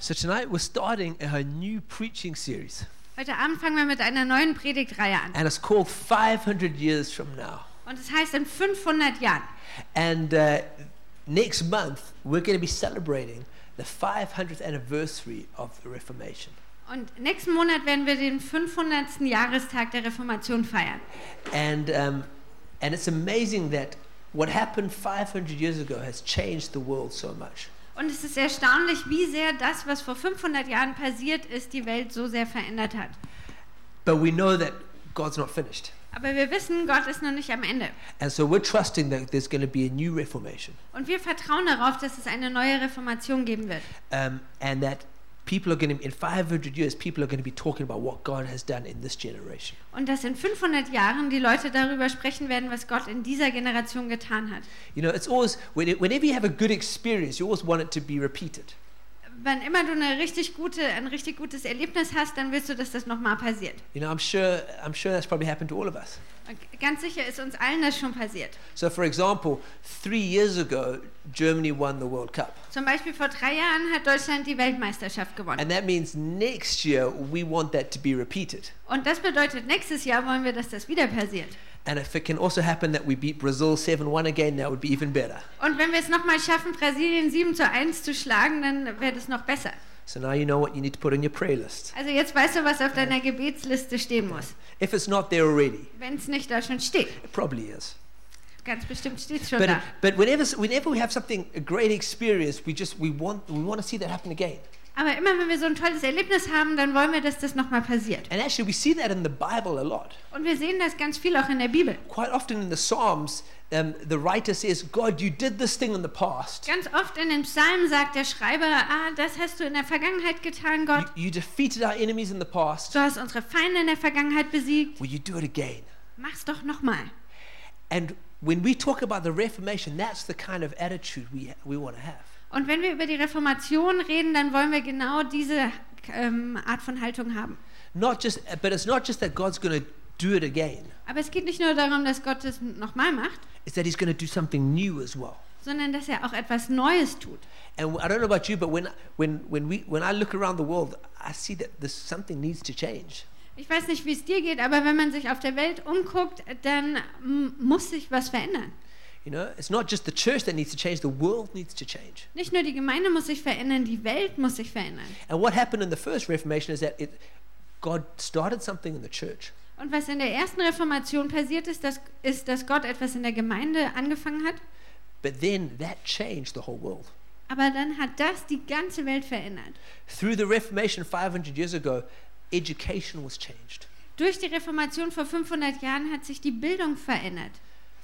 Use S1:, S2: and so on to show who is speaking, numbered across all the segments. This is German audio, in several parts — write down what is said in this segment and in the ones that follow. S1: So tonight we're starting a new preaching series,
S2: Heute Abend fangen wir mit einer neuen Predigtreihe an.
S1: and it's called 500 Years From Now.
S2: Und es heißt in 500 Jahren.
S1: And uh, next month we're going to be celebrating the 500th anniversary of the Reformation.
S2: Und nächsten Monat werden wir den 500. Jahrestag der Reformation feiern.
S1: And, um, and it's amazing that what happened 500 years ago has changed the world so much.
S2: Und es ist erstaunlich, wie sehr das, was vor 500 Jahren passiert ist, die Welt so sehr verändert hat.
S1: But we know that God's not finished.
S2: Aber wir wissen, Gott ist noch nicht am Ende.
S1: And so we're trusting that there's going to be a new Reformation
S2: Und wir vertrauen darauf, dass es eine neue Reformation geben wird.
S1: um, and that people are going to, in 500 years, people are going to be talking about what God has done in this generation.
S2: Und dass in 500 Jahren die Leute darüber sprechen werden, was Gott in dieser Generation getan hat.
S1: You know, it's always, when it- whenever you have a good experience, you always want it to be repeated.
S2: Wann immer du eine richtig gute, ein richtig gutes Erlebnis hast, dann willst du, dass das nochmal passiert.
S1: You know, I'm sure, I'm sure that's probably happened to all of us.
S2: Und Ganz sicher ist uns allen das schon passiert.
S1: So, for example, three years ago, Germany won the World Cup.
S2: Zum Beispiel vor drei Jahren hat Deutschland die Weltmeisterschaft gewonnen.
S1: And that means next year we want that to be repeated.
S2: Und das bedeutet, nächstes Jahr wollen wir, dass das wieder passiert.
S1: And if it can also happen that we beat Brazil 7 1 again, that would be even better.
S2: Und wenn wir es nochmal schaffen, Brasilien 7 zu 1 zu schlagen, dann wäre das noch besser.
S1: So now you know what you need to put on your prayer list.
S2: Also jetzt weißt du, was auf deiner Gebetsliste stehen muss.
S1: If it's not there already,
S2: Wenn es nicht da schon steht.
S1: it probably is.
S2: Ganz bestimmt steht es schon
S1: But,
S2: da.
S1: but whenever, whenever we have something, a great experience, we just we want, we want to see that happen again.
S2: Aber immer wenn wir so ein tolles Erlebnis haben, dann wollen wir, dass das nochmal passiert.
S1: And actually, we see that in the Bible a lot.
S2: Und wir sehen das ganz viel auch in der Bibel.
S1: Quite often in the Psalms, um, the writer says, God, you did this thing in the past.
S2: Ganz oft in den Psalmen sagt der Schreiber, ah, das hast du in der Vergangenheit getan, Gott.
S1: You, you defeated our enemies in the past.
S2: Du hast unsere Feinde in der Vergangenheit besiegt.
S1: Will you do it again?
S2: Mach's doch nochmal.
S1: And when we talk about the Reformation, that's the kind of attitude we, we want to have.
S2: Und wenn wir über die Reformation reden, dann wollen wir genau diese ähm, Art von Haltung haben.
S1: Not just, but it's not just that God's going to do it again,
S2: Aber es geht nicht nur darum, dass Gott es nochmal macht,
S1: it's that He's going to do something new as well.
S2: sondern dass er auch etwas Neues tut.
S1: And I don't know about you, but when, when, when, we, when I look around the world, I see that this, something needs to change.
S2: Ich weiß nicht, wie es dir geht, aber wenn man sich auf der Welt umguckt, dann mm, muss sich was verändern.
S1: You know, it's not just the church that needs to change, the world needs to change.
S2: Nicht nur die Gemeinde muss sich verändern, die Welt muss sich verändern.
S1: And what happened in the first Reformation is that it, God started something in the church.
S2: Und was in der ersten Reformation passiert ist, das, ist, dass Gott etwas in der Gemeinde angefangen hat,
S1: But then that changed the whole world.
S2: aber dann hat das die ganze Welt verändert.
S1: Through the Reformation 500 years ago, education was changed.
S2: Durch die Reformation vor 500 Jahren hat sich die Bildung verändert.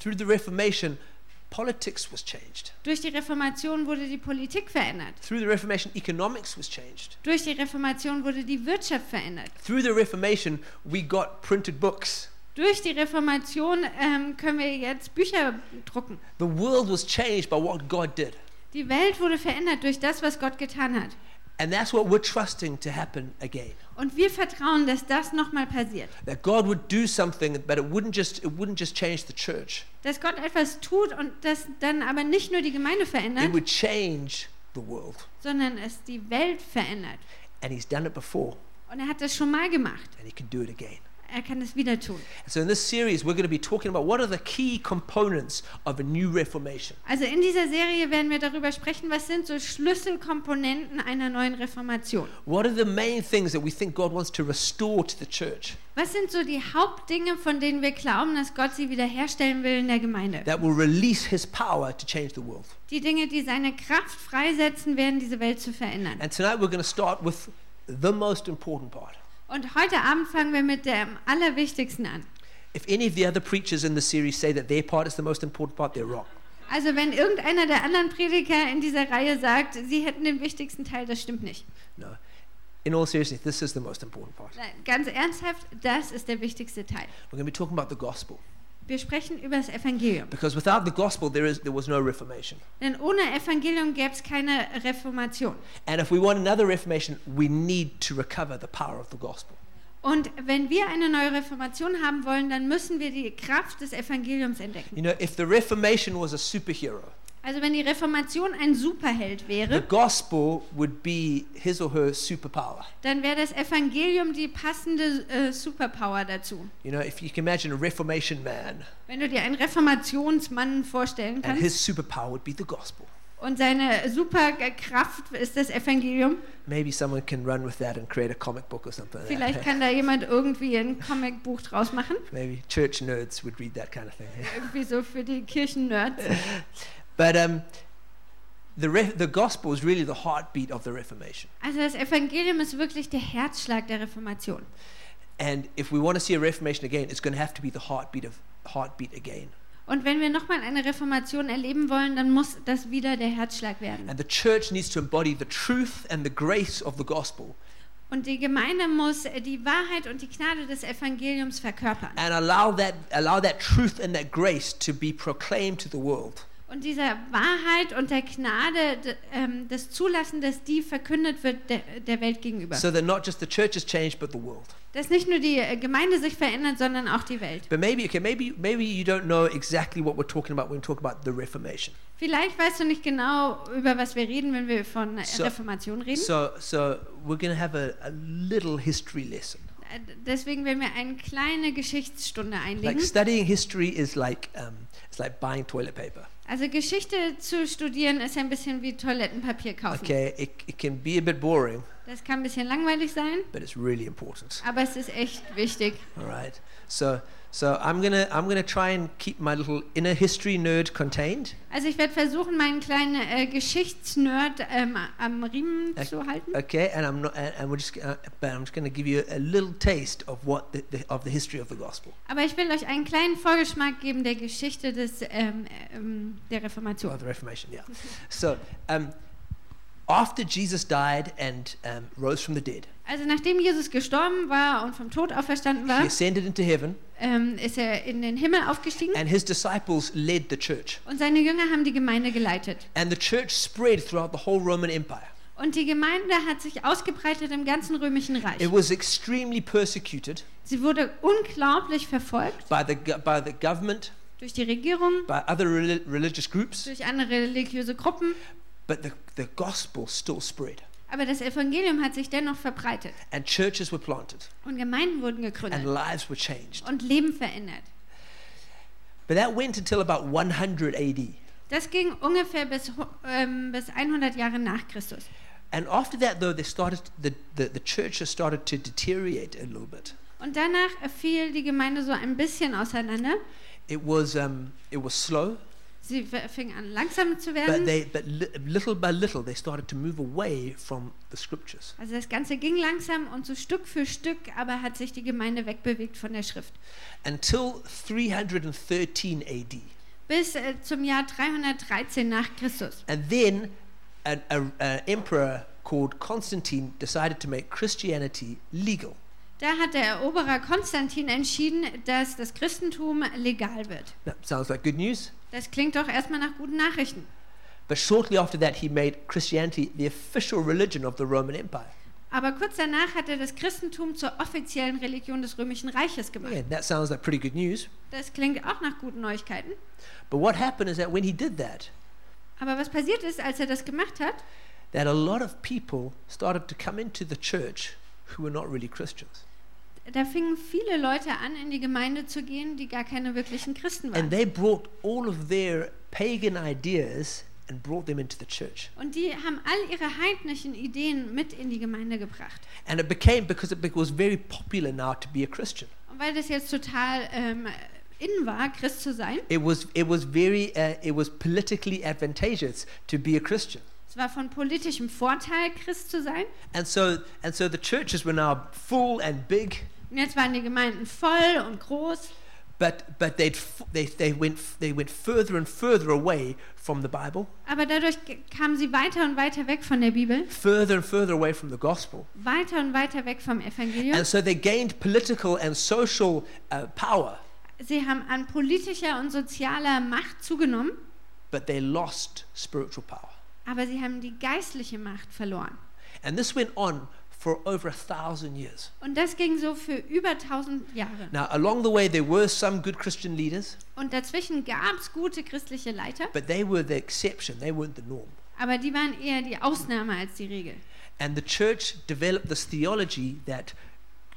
S1: Through the Reformation, politics was changed.
S2: Durch die Reformation wurde die Politik verändert.
S1: Through the Reformation, economics was changed.
S2: Durch die Reformation wurde die Wirtschaft verändert.
S1: Through the Reformation, we got printed books.
S2: Durch die Reformation ähm, können wir jetzt Bücher drucken.
S1: The world was changed by what God did.
S2: Die Welt wurde verändert durch das, was Gott getan hat.
S1: And that's what we're trusting to happen again.
S2: Und wir vertrauen, dass das nochmal passiert.
S1: That God would do something, but it wouldn't just, it wouldn't just change the church,
S2: Dass Gott etwas tut und das dann aber nicht nur die Gemeinde
S1: it
S2: verändert,
S1: would change the world.
S2: sondern es die Welt verändert.
S1: And He's done it before,
S2: Und er hat das schon mal gemacht.
S1: and He can do it again.
S2: Er kann es wieder tun.
S1: So, in this series, we're going to be talking about what are the key components of a new Reformation.
S2: Also in dieser Serie werden wir darüber sprechen, was sind so Schlüsselkomponenten einer neuen Reformation.
S1: What are the main things that we think God wants to restore to the church
S2: Was sind so die Hauptdinge, von denen wir glauben, dass Gott sie wiederherstellen will in der Gemeinde?
S1: that will release His power to change the world?
S2: Die Dinge, die seine Kraft freisetzen werden, diese Welt zu verändern.
S1: And tonight, we're going to start with the most important part.
S2: Und heute Abend fangen wir mit dem Allerwichtigsten an.
S1: If any of the other preachers in the series say that their part is the most important part, they're wrong.
S2: Also wenn irgendeiner der anderen Prediger in dieser Reihe sagt, sie hätten den wichtigsten Teil, das stimmt nicht.
S1: No. In all seriousness, this is the most important part.
S2: Nein, Ganz ernsthaft, das ist der wichtigste Teil.
S1: We're going to be talking about the gospel
S2: Wir sprechen über das Evangelium.
S1: because without the gospel, there is there was no reformation.
S2: Denn ohne Evangelium gäbe es keine Reformation.
S1: And if we want another reformation, we need to recover the power of the gospel.
S2: Und wenn wir eine neue Reformation haben wollen, dann müssen wir die Kraft des Evangeliums entdecken.
S1: You know, if the reformation was a superhero,
S2: Also wenn die Reformation ein Superheld
S1: The
S2: wäre,
S1: gospel would be his or her superpower.
S2: dann wäre das Evangelium die passende äh, Superpower dazu.
S1: You know, if you can imagine a Reformation man,
S2: Wenn du dir einen Reformationsmann vorstellen
S1: and
S2: kannst
S1: his superpower would be the gospel.
S2: und seine Superkraft ist das Evangelium,
S1: Maybe someone can run with that and create a comic book or something. Like
S2: vielleicht
S1: that.
S2: kann da jemand irgendwie ein Comicbuch draus machen,
S1: Maybe church nerds would read that kind of thing.
S2: irgendwie so für die Kirchennerds.
S1: But um, the re- the gospel is really the heartbeat of the Reformation.
S2: Also das Evangelium ist wirklich der Herzschlag der Reformation.
S1: And if we want to see a Reformation again, it's going to have to be the heartbeat of heartbeat again.
S2: Und wenn wir nochmal eine Reformation erleben wollen, dann muss das wieder der Herzschlag werden.
S1: And the church needs to embody the truth and the grace of the gospel
S2: Und die Gemeinde muss äh, die Wahrheit und die Gnade des Evangeliums verkörpern.
S1: and allow that allow that truth and that grace to be proclaimed to the world.
S2: Und dieser Wahrheit und der Gnade, d- ähm, das Zulassen, dass die verkündet wird der, der Welt gegenüber.
S1: So that not just the church has changed but the world.
S2: Dass nicht nur die äh, Gemeinde sich verändert, sondern auch die Welt.
S1: But maybe okay, maybe maybe you don't know exactly what we're talking about when we talk about the Reformation.
S2: Vielleicht weißt du nicht genau, über was wir reden, wenn wir von äh,
S1: So-
S2: Reformation reden.
S1: So so we're gonna have a, a little history lesson.
S2: Äh, Deswegen werden wir eine kleine Geschichtsstunde
S1: Like
S2: einlegen.
S1: studying history is like um, it's like buying toilet paper.
S2: Also Geschichte zu studieren ist ein bisschen wie Toilettenpapier kaufen.
S1: Okay, it, it can be a bit boring,
S2: Das kann ein bisschen langweilig sein,
S1: but it's really important.
S2: aber es ist echt wichtig.
S1: All right. So so I'm gonna I'm gonna try and keep my little inner history nerd contained.
S2: Also ich werde versuchen, meinen kleinen äh, Geschichtsnerd ähm, am Riemen
S1: Äh,
S2: zu halten.
S1: Okay, and I'm not and, and we're just uh, but I'm just gonna give you a little taste of what the, the of the history of the gospel.
S2: Aber ich will euch einen kleinen Vorgeschmack geben der Geschichte des, ähm, ähm, der Reformation.
S1: of the Reformation, yeah. so, um, after Jesus died and um, rose from the dead,
S2: Also nachdem Jesus gestorben war und vom Tod auferstanden
S1: he
S2: war,
S1: ascended into heaven,
S2: ähm, ist er in den Himmel aufgestiegen
S1: and his disciples led the church.
S2: und seine Jünger haben die Gemeinde geleitet.
S1: And the church spread throughout the whole Roman Empire.
S2: Und die Gemeinde hat sich ausgebreitet im ganzen römischen Reich.
S1: It was extremely persecuted
S2: Sie wurde unglaublich verfolgt
S1: by the, go- by the government,
S2: durch die Regierung,
S1: by other reli- religious groups,
S2: durch andere religiöse Gruppen,
S1: but the, the gospel still spread.
S2: aber das Evangelium hat sich dennoch verbreitet.
S1: And churches were planted,
S2: Und Gemeinden wurden
S1: and
S2: gegründet
S1: lives were changed.
S2: und Leben verändert.
S1: But that went until about 100 AD.
S2: Das ging ungefähr bis, hu- ähm, bis 100 Jahre nach Christus.
S1: And after that, though, they started, the, the, the churches started to deteriorate a little bit.
S2: Und danach fiel die Gemeinde so ein bisschen auseinander.
S1: It was um, it was slow,
S2: Sie f- fing an, langsam zu
S1: but
S2: werden.
S1: they but li- little by little they started to move away from the scriptures.
S2: Also das Ganze ging langsam und so Stück für Stück, aber hat sich die Gemeinde wegbewegt von der Schrift.
S1: Until 313 AD,
S2: Bis äh, zum Jahr 313 nach Christus.
S1: and then an a, a emperor called Constantine decided to make Christianity legal.
S2: Da hat der Eroberer Konstantin entschieden, dass das Christentum legal wird.
S1: That sounds like good news.
S2: Das klingt doch erstmal nach guten Nachrichten.
S1: But shortly after that, he made Christianity the official religion of the Roman Empire.
S2: Aber kurz danach hat er das Christentum zur offiziellen Religion des Römischen Reiches gemacht.
S1: Again, that sounds like pretty good news.
S2: Das klingt auch nach guten Neuigkeiten.
S1: But what happened is that when he did that,
S2: Aber was passiert ist, als er das gemacht hat,
S1: that a lot of people started to come into the church who were not really Christians.
S2: da fingen viele Leute an, in die Gemeinde zu gehen, die gar keine wirklichen Christen
S1: And
S2: waren.
S1: they brought all of their pagan ideas and brought them into the church.
S2: Und die haben all ihre heidnischen Ideen mit in die Gemeinde gebracht.
S1: And it became, because it be- was very popular now to be a Christian,
S2: Und weil das jetzt total ähm, in war, Christ zu sein,
S1: it was, it was very, uh, it was politically advantageous to be a Christian.
S2: es war von politischem Vorteil, Christ zu sein.
S1: And so, and so the churches were now full and big,
S2: Und jetzt waren die Gemeinden voll und groß,
S1: but, but they'd f- they, they, went, f- they went further and further away from the Bible,
S2: aber dadurch ge- kamen sie weiter und weiter weg von der Bibel,
S1: further and further away from the gospel.
S2: weiter und weiter weg vom Evangelium.
S1: And so they gained political and social uh, power,
S2: Sie haben an politischer und sozialer Macht zugenommen,
S1: but they lost spiritual power.
S2: aber sie haben die geistliche Macht verloren.
S1: And this went on for for over a thousand years.
S2: Und das ging so für über 1000 Jahre.
S1: Now, along the way, there were some good Christian leaders,
S2: Und dazwischen gab es gute christliche Leiter,
S1: but they were the exception, they weren't the norm.
S2: aber die waren eher die Ausnahme als die Regel.
S1: And the church developed this theology that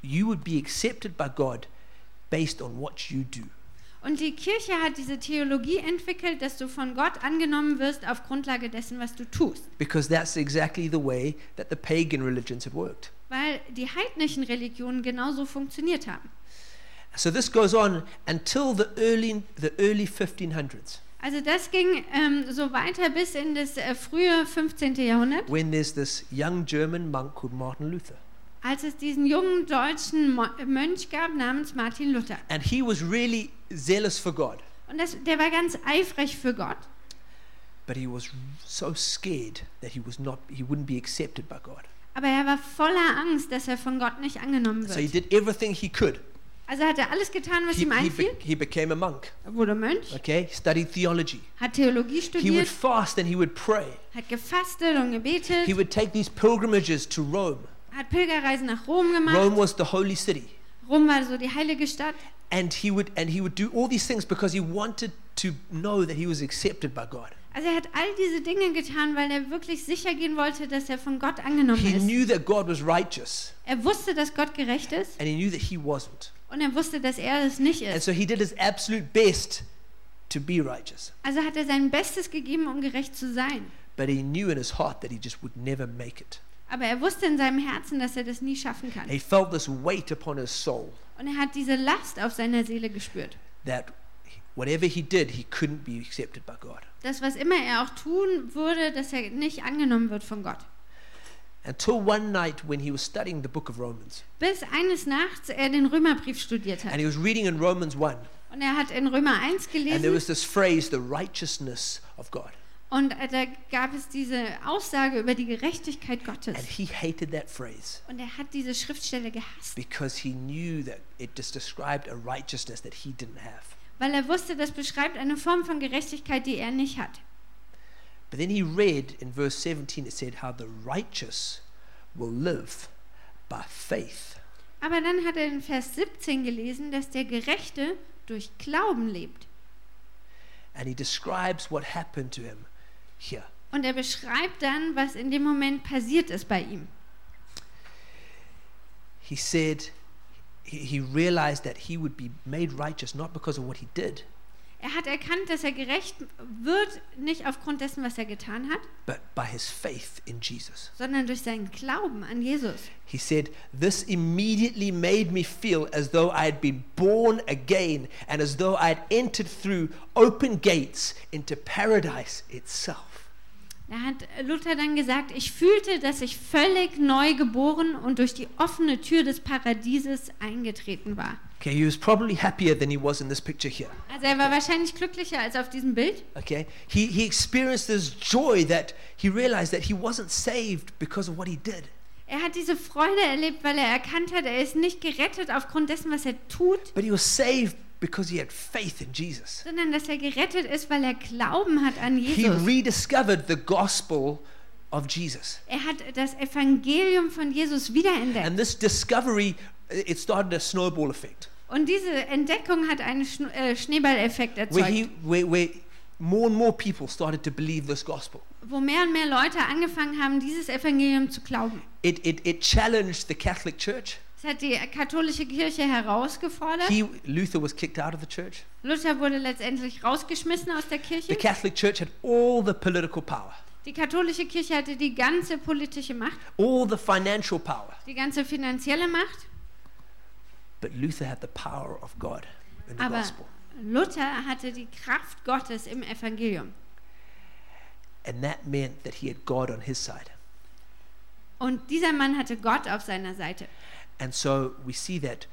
S1: you would be accepted by God based on what you do.
S2: Und die Kirche hat diese Theologie entwickelt, dass du von Gott angenommen wirst auf Grundlage dessen, was du tust.
S1: Because that's exactly the way that the pagan religions have worked.
S2: Weil die heidnischen Religionen genauso funktioniert haben.
S1: So this goes on until the early, the early 1500s,
S2: Also das ging ähm, so weiter bis in das äh, frühe 15. Jahrhundert,
S1: when there's this young German monk called Martin Luther.
S2: als es diesen jungen deutschen Mo Mönch gab namens Martin Luther.
S1: And he was really zealous for God,
S2: Und das, der war ganz eifrig für Gott,
S1: but he was so scared that he, was not, he wouldn't be accepted by God.
S2: aber er war voller Angst, dass er von Gott nicht angenommen
S1: So he
S2: wird.
S1: did everything he could.
S2: Also hat er alles getan, was
S1: He,
S2: ihm
S1: he, be-
S2: einfiel,
S1: he became a monk,
S2: Er wurde Mönch,
S1: okay? He studied theology.
S2: hat Theologie
S1: He would
S2: studiert,
S1: fast and he would pray.
S2: hat gefastet und
S1: He
S2: gebetet,
S1: would take these pilgrimages to Rome.
S2: hat Pilgerreisen nach Rom
S1: Rome
S2: gemacht.
S1: was the holy city.
S2: Rom war so die heilige Stadt.
S1: And he would and he would do all these things because he wanted to know that he was accepted by God.
S2: Also er hat all diese Dinge getan, weil er wirklich sicher gehen wollte, dass er von Gott angenommen
S1: He
S2: ist.
S1: knew that God was righteous
S2: Er wusste, dass Gott gerecht ist
S1: and he knew that he wasn't.
S2: und er wusste, dass er es nicht
S1: And
S2: ist.
S1: so he did his absolute best to be righteous.
S2: Also hat er sein Bestes gegeben, um gerecht zu sein.
S1: But he knew in his heart that he just would never make it.
S2: Aber er wusste in seinem Herzen, dass er das nie schaffen kann.
S1: He felt this weight upon his soul
S2: Und er hat diese Last auf seiner Seele gespürt.
S1: that whatever he did, he couldn't be accepted by God.
S2: Das, was immer er auch tun würde, dass er nicht angenommen wird von Gott.
S1: Until one night when he was studying the book of Romans
S2: Bis eines Nachts er den Römerbrief studiert
S1: and
S2: hat.
S1: he was reading in Romans 1
S2: Und er hat in Römer 1
S1: and there
S2: gelesen
S1: was this phrase, the righteousness of God.
S2: und äh, da gab es diese Aussage über die Gerechtigkeit
S1: And
S2: Gottes.
S1: he hated that phrase
S2: Und er hat diese Schriftstelle gehasst,
S1: because he knew that it just described a righteousness that he didn't have.
S2: weil er wusste, das beschreibt eine Form von Gerechtigkeit, die er nicht hat.
S1: But then he read in verse 17, it said, How the righteous will live by faith.
S2: Aber dann hat er in Vers 17 gelesen, dass der Gerechte durch Glauben lebt.
S1: And he describes what happened to him here.
S2: Und er beschreibt dann, was in dem Moment passiert ist bei ihm.
S1: He said, he, he realized that he would be made righteous not because of what he did,
S2: Er hat erkannt, dass er gerecht wird, nicht aufgrund dessen, was er getan hat,
S1: but by his faith in Jesus.
S2: sondern durch seinen Glauben an Jesus.
S1: He said, This immediately made me feel as though I had been born again and as though I had entered through open gates into paradise itself.
S2: Da hat Luther dann gesagt, ich fühlte, dass ich völlig neu geboren und durch die offene Tür des Paradieses eingetreten war.
S1: Okay, he was probably happier than he was in this picture here.
S2: Also er war wahrscheinlich glücklicher als auf diesem Bild.
S1: Okay, he, he experienced this joy that he realized that he wasn't saved because of what he did.
S2: Er hat diese Freude erlebt, weil er erkannt hat, er ist nicht gerettet aufgrund dessen, was er tut,
S1: But he was saved because he had faith in Jesus.
S2: sondern dass er gerettet ist, weil er Glauben hat an
S1: He
S2: Jesus.
S1: rediscovered the gospel of Jesus.
S2: Er hat das Evangelium von Jesus wiederentdeckt.
S1: And this discovery, it started a snowball effect.
S2: Und diese Entdeckung hat einen Schn äh, Schneeballeffekt
S1: where, he,
S2: erzeugt,
S1: where, where more and more people started to believe this gospel.
S2: wo mehr und mehr Leute angefangen haben, dieses Evangelium zu glauben.
S1: It, it, it challenged the Catholic Church.
S2: Das hat die katholische Kirche herausgefordert.
S1: He, Luther was kicked out of the church.
S2: Luther wurde letztendlich rausgeschmissen aus der
S1: The
S2: Kirche.
S1: Catholic Church had all the political power,
S2: Die katholische Kirche hatte die ganze politische Macht,
S1: all the financial power,
S2: die ganze finanzielle Macht.
S1: but Luther had the power of God in the
S2: Aber
S1: gospel.
S2: Luther hatte die Kraft Gottes im Evangelium.
S1: And that meant that he had God on his side.
S2: Und dieser Mann hatte Gott auf seiner Seite.
S1: And so we see that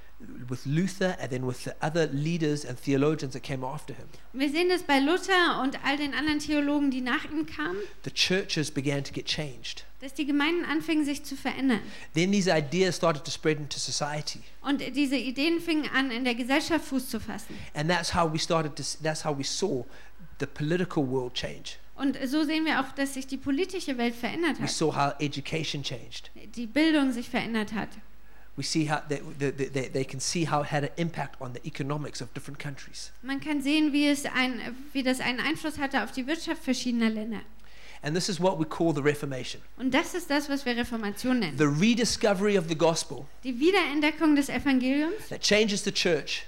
S1: with Luther and then with the other leaders and theologians that came after him.
S2: Wir sehen das bei Luther und all den anderen Theologen, die nach ihm kamen,
S1: The churches began to get changed.
S2: dass die Gemeinden anfingen, sich zu verändern.
S1: Then these ideas started to spread into society.
S2: Und diese Ideen fingen an, in der Gesellschaft Fuß zu fassen.
S1: And that's how we started to. s- That's how we saw the political world change.
S2: Und so sehen wir auch, dass sich die politische Welt verändert
S1: We
S2: hat,
S1: saw how education changed.
S2: die Bildung sich verändert hat.
S1: We see how they, they, they, they can see how it had an impact on the economics of different countries.
S2: Man kann sehen, wie, es ein, wie das einen Einfluss hatte auf die Wirtschaft verschiedener Länder.
S1: And this is what we call the Reformation
S2: Und das ist das, was wir Reformation nennen.
S1: the rediscovery of the gospel
S2: Die Wiederentdeckung des Evangeliums,
S1: that changes the church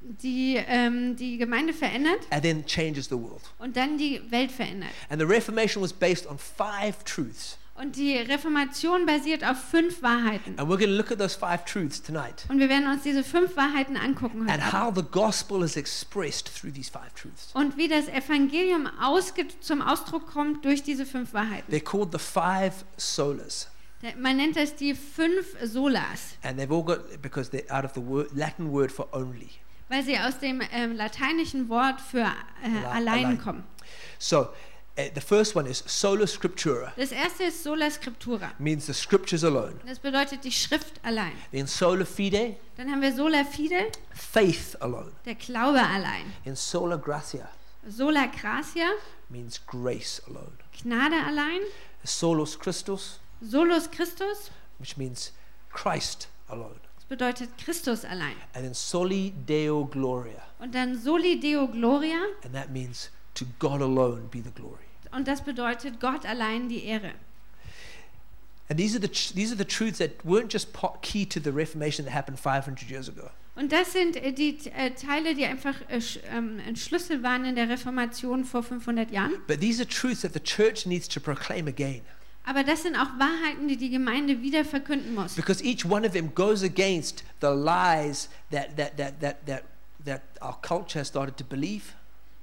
S2: die ähm, die Gemeinde verändert
S1: and then changes the world.
S2: und dann die Welt verändert.
S1: And the Reformation was based on five truths.
S2: Und die Reformation basiert auf fünf Wahrheiten.
S1: And we're going to look at those five truths tonight
S2: Und wir werden uns diese fünf Wahrheiten angucken
S1: and
S2: heute.
S1: how the gospel is expressed through these five truths.
S2: Und wie das Evangelium ausge zum Ausdruck kommt durch diese fünf Wahrheiten.
S1: They're called the five solas.
S2: Man nennt das die fünf Solas,
S1: And they've all got, because they're out of the word, Latin word for only.
S2: weil sie aus dem ähm, lateinischen Wort für äh,
S1: La- allein.
S2: allein kommen.
S1: So uh, the first one is sola scriptura,
S2: Das erste ist Sola Scriptura.
S1: means the scriptures alone.
S2: Das bedeutet die Schrift allein.
S1: Then sola fide,
S2: Dann haben wir Sola Fide,
S1: faith alone.
S2: der Glaube allein.
S1: Then sola gratia
S2: Sola Gratia,
S1: means grace alone.
S2: Gnade allein.
S1: Solus Christus,
S2: Solus Christus,
S1: which means Christ alone.
S2: das bedeutet Christus allein.
S1: And then soli deo gloria,
S2: Und dann Soli Deo Gloria,
S1: and that means to God alone be the glory.
S2: und das bedeutet Gott allein die Ehre.
S1: And these are the tr- these are the truths that weren't just po- key to the Reformation that happened 500 years ago.
S2: Und das sind äh, die äh, Teile, die einfach äh, sch- ähm, ein Schlüssel waren in der Reformation vor 500 Jahren.
S1: But these are truths that the church needs to proclaim again,
S2: Aber das sind auch Wahrheiten, die die Gemeinde wieder verkünden muss.
S1: because each one of them goes against the lies that that that that that, that our culture has started to believe.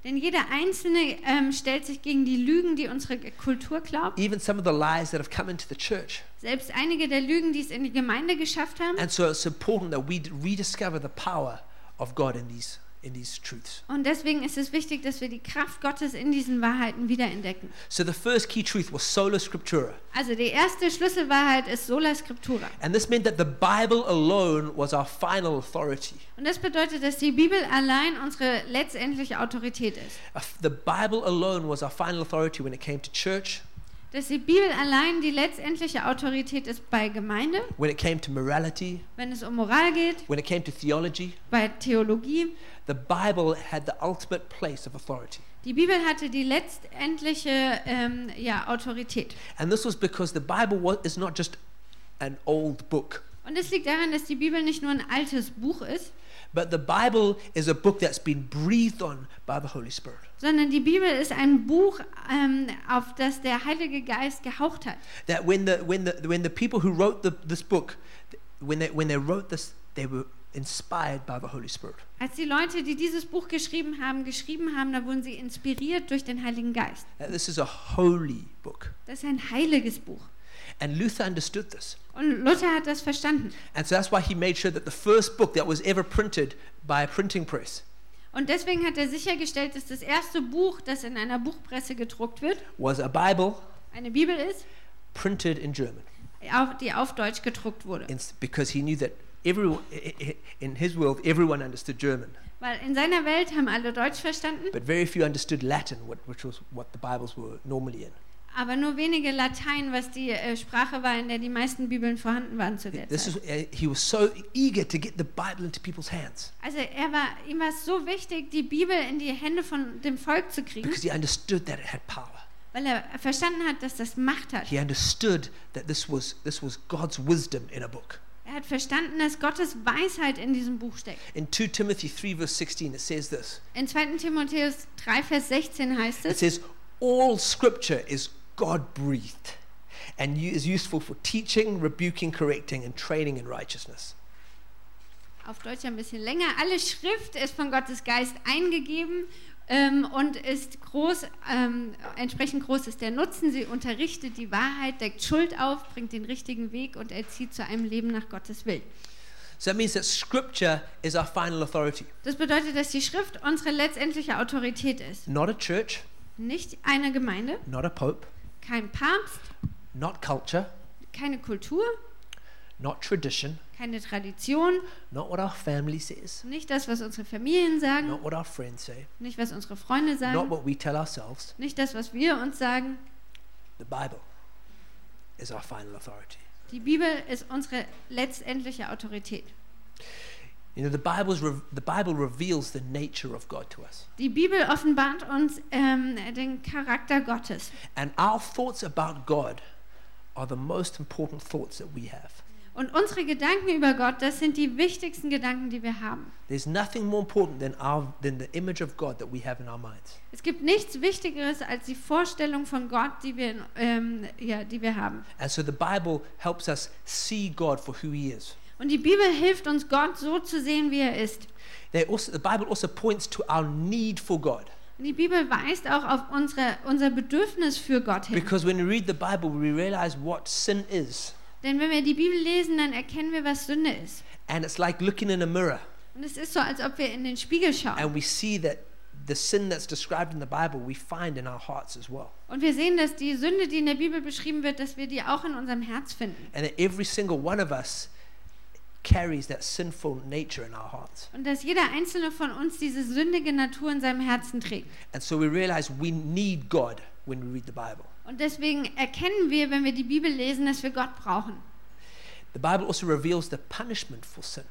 S2: Denn jeder Einzelne ähm, stellt sich gegen die Lügen, die unsere G- Kultur glaubt.
S1: Even some of the lies that have come into the church.
S2: Selbst einige der Lügen, die es in die Gemeinde geschafft haben.
S1: And so it's important that we d- rediscover the power of God in these in these truths.
S2: Und deswegen ist es wichtig, dass wir die Kraft Gottes in diesen Wahrheiten wiederentdecken.
S1: So the first key truth was sola scriptura,
S2: Also die erste Schlüsselwahrheit ist Sola Scriptura.
S1: and this meant that the Bible alone was our final authority.
S2: Und das bedeutet, dass die Bibel allein unsere letztendliche Autorität ist.
S1: Uh, The Bible alone was our final authority when it came to church,
S2: Dass die Bibel allein die letztendliche Autorität ist bei Gemeinde,
S1: when it came to morality,
S2: wenn es um Moral geht,
S1: when it came to theology.
S2: bei Theologie.
S1: The Bible had the ultimate place of authority.
S2: Die Bibel hatte die letztendliche ähm, ja, Autorität.
S1: And this was because the Bible was, is not just an old book,
S2: Und es liegt daran, dass die Bibel nicht nur ein altes Buch ist,
S1: but the Bible is a book that's been breathed on by the Holy Spirit.
S2: sondern die Bibel ist ein Buch, ähm, auf das der Heilige Geist gehaucht hat.
S1: That when the, when the, when the people who wrote the, this book, when they, when they wrote this, they were inspired by the Holy Spirit.
S2: Als die Leute, die dieses Buch geschrieben haben, geschrieben haben, da wurden sie inspiriert durch den Heiligen Geist.
S1: That this is a holy book.
S2: Das ist ein heiliges Buch.
S1: And Luther understood this.
S2: Und Luther hat das verstanden.
S1: And so that's why he made sure that the first book that was ever printed by a printing press
S2: Und deswegen hat er sichergestellt, dass das erste Buch, das in einer Buchpresse gedruckt wird,
S1: was a Bible
S2: eine Bibel ist,
S1: printed in German,
S2: auf, die auf Deutsch gedruckt wurde.
S1: It's because he knew that everyone i- i- in his world everyone understood German,
S2: Weil in seiner Welt haben alle Deutsch verstanden,
S1: but very few understood Latin, what- which was what the Bibles were normally in.
S2: aber nur wenige Latein, was die äh, Sprache war, in der die meisten Bibeln vorhanden waren zu der
S1: This is
S2: Zeit.
S1: uh, he was so eager to get the Bible into people's hands
S2: Also er war, ihm war es so wichtig, die Bibel in die Hände von dem Volk zu kriegen,
S1: because he understood that it had power.
S2: weil er verstanden hat, dass das Macht hat.
S1: He understood that this was this was God's wisdom in a book.
S2: Er hat verstanden, dass Gottes Weisheit in diesem Buch steckt.
S1: In 2 Timothy 3 verse 16 it says this.
S2: In 2. Timotheus 3, Vers 16 heißt
S1: It
S2: es,
S1: says, All scripture is God breathed and u- is useful for teaching, rebuking, correcting, and training in righteousness.
S2: auf Deutsch ein bisschen länger, alle Schrift ist von Gottes Geist eingegeben ähm, und ist groß, ähm, entsprechend groß ist der Nutzen. Sie unterrichtet die Wahrheit, deckt Schuld auf, bringt den richtigen Weg und erzieht zu einem Leben nach Gottes Willen.
S1: So that means that scripture is our final authority,
S2: Das bedeutet, dass die Schrift unsere letztendliche Autorität ist.
S1: not a church,
S2: Nicht eine Gemeinde,
S1: not a pope,
S2: kein Papst,
S1: not culture,
S2: keine Kultur,
S1: not tradition,
S2: Keine Tradition,
S1: not what our family says,
S2: nicht das, was unsere Familien sagen,
S1: not what our friends say,
S2: nicht was unsere Freunde
S1: not
S2: sagen,
S1: what we tell ourselves.
S2: nicht das, was wir uns sagen.
S1: The Bible is our final authority.
S2: Die Bibel ist unsere letztendliche Autorität.
S1: You know, the, Bible's re- the Bible reveals the nature of God to us.
S2: Die Bibel offenbart uns ähm, den Charakter Gottes.
S1: And our thoughts about God are the most important thoughts that we have.
S2: Und unsere Gedanken über Gott, das sind die wichtigsten Gedanken, die wir haben.
S1: There's nothing more important than, our, than the image of God that we have in our minds.
S2: Es gibt nichts Wichtigeres als die Vorstellung von Gott, die wir, in, ähm, ja, die wir haben.
S1: And so the Bible helps us see God for who He is.
S2: Und die Bibel hilft uns, Gott so zu sehen, wie er ist.
S1: They also, the Bible also points to our need for God.
S2: Und die Bibel weist auch auf unsere, unser Bedürfnis für Gott hin.
S1: Because when we read the Bible, we realize what sin is.
S2: Denn wenn wir die Bibel lesen, dann erkennen wir, was Sünde ist.
S1: And it's like looking in a mirror
S2: Und es ist so, als ob wir in den Spiegel schauen.
S1: and we see that the sin that's described in the Bible, we find in our hearts as well.
S2: Und wir sehen, dass die Sünde, die in der Bibel beschrieben wird, dass wir die auch in unserem Herz finden.
S1: And that every single one of us carries that sinful nature in our hearts.
S2: Und dass jeder einzelne von uns diese sündige Natur in seinem Herzen trägt.
S1: And so we realize we need God when we read the Bible.
S2: Und deswegen erkennen wir, wenn wir die Bibel lesen, dass wir Gott brauchen.
S1: The Bible also reveals the punishment for sin.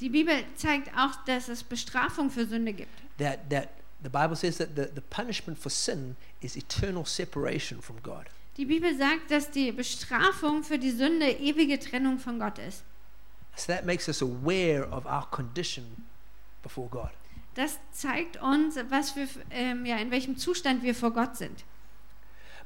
S2: Die Bibel zeigt auch, dass es Bestrafung für Sünde gibt.
S1: That, that the Bible says that the, the punishment for sin is eternal separation from God.
S2: Die Bibel sagt, dass die Bestrafung für die Sünde ewige Trennung von Gott ist.
S1: So that makes us aware of our condition before God.
S2: Das zeigt uns, was wir, ähm, ja, in welchem Zustand wir vor Gott sind.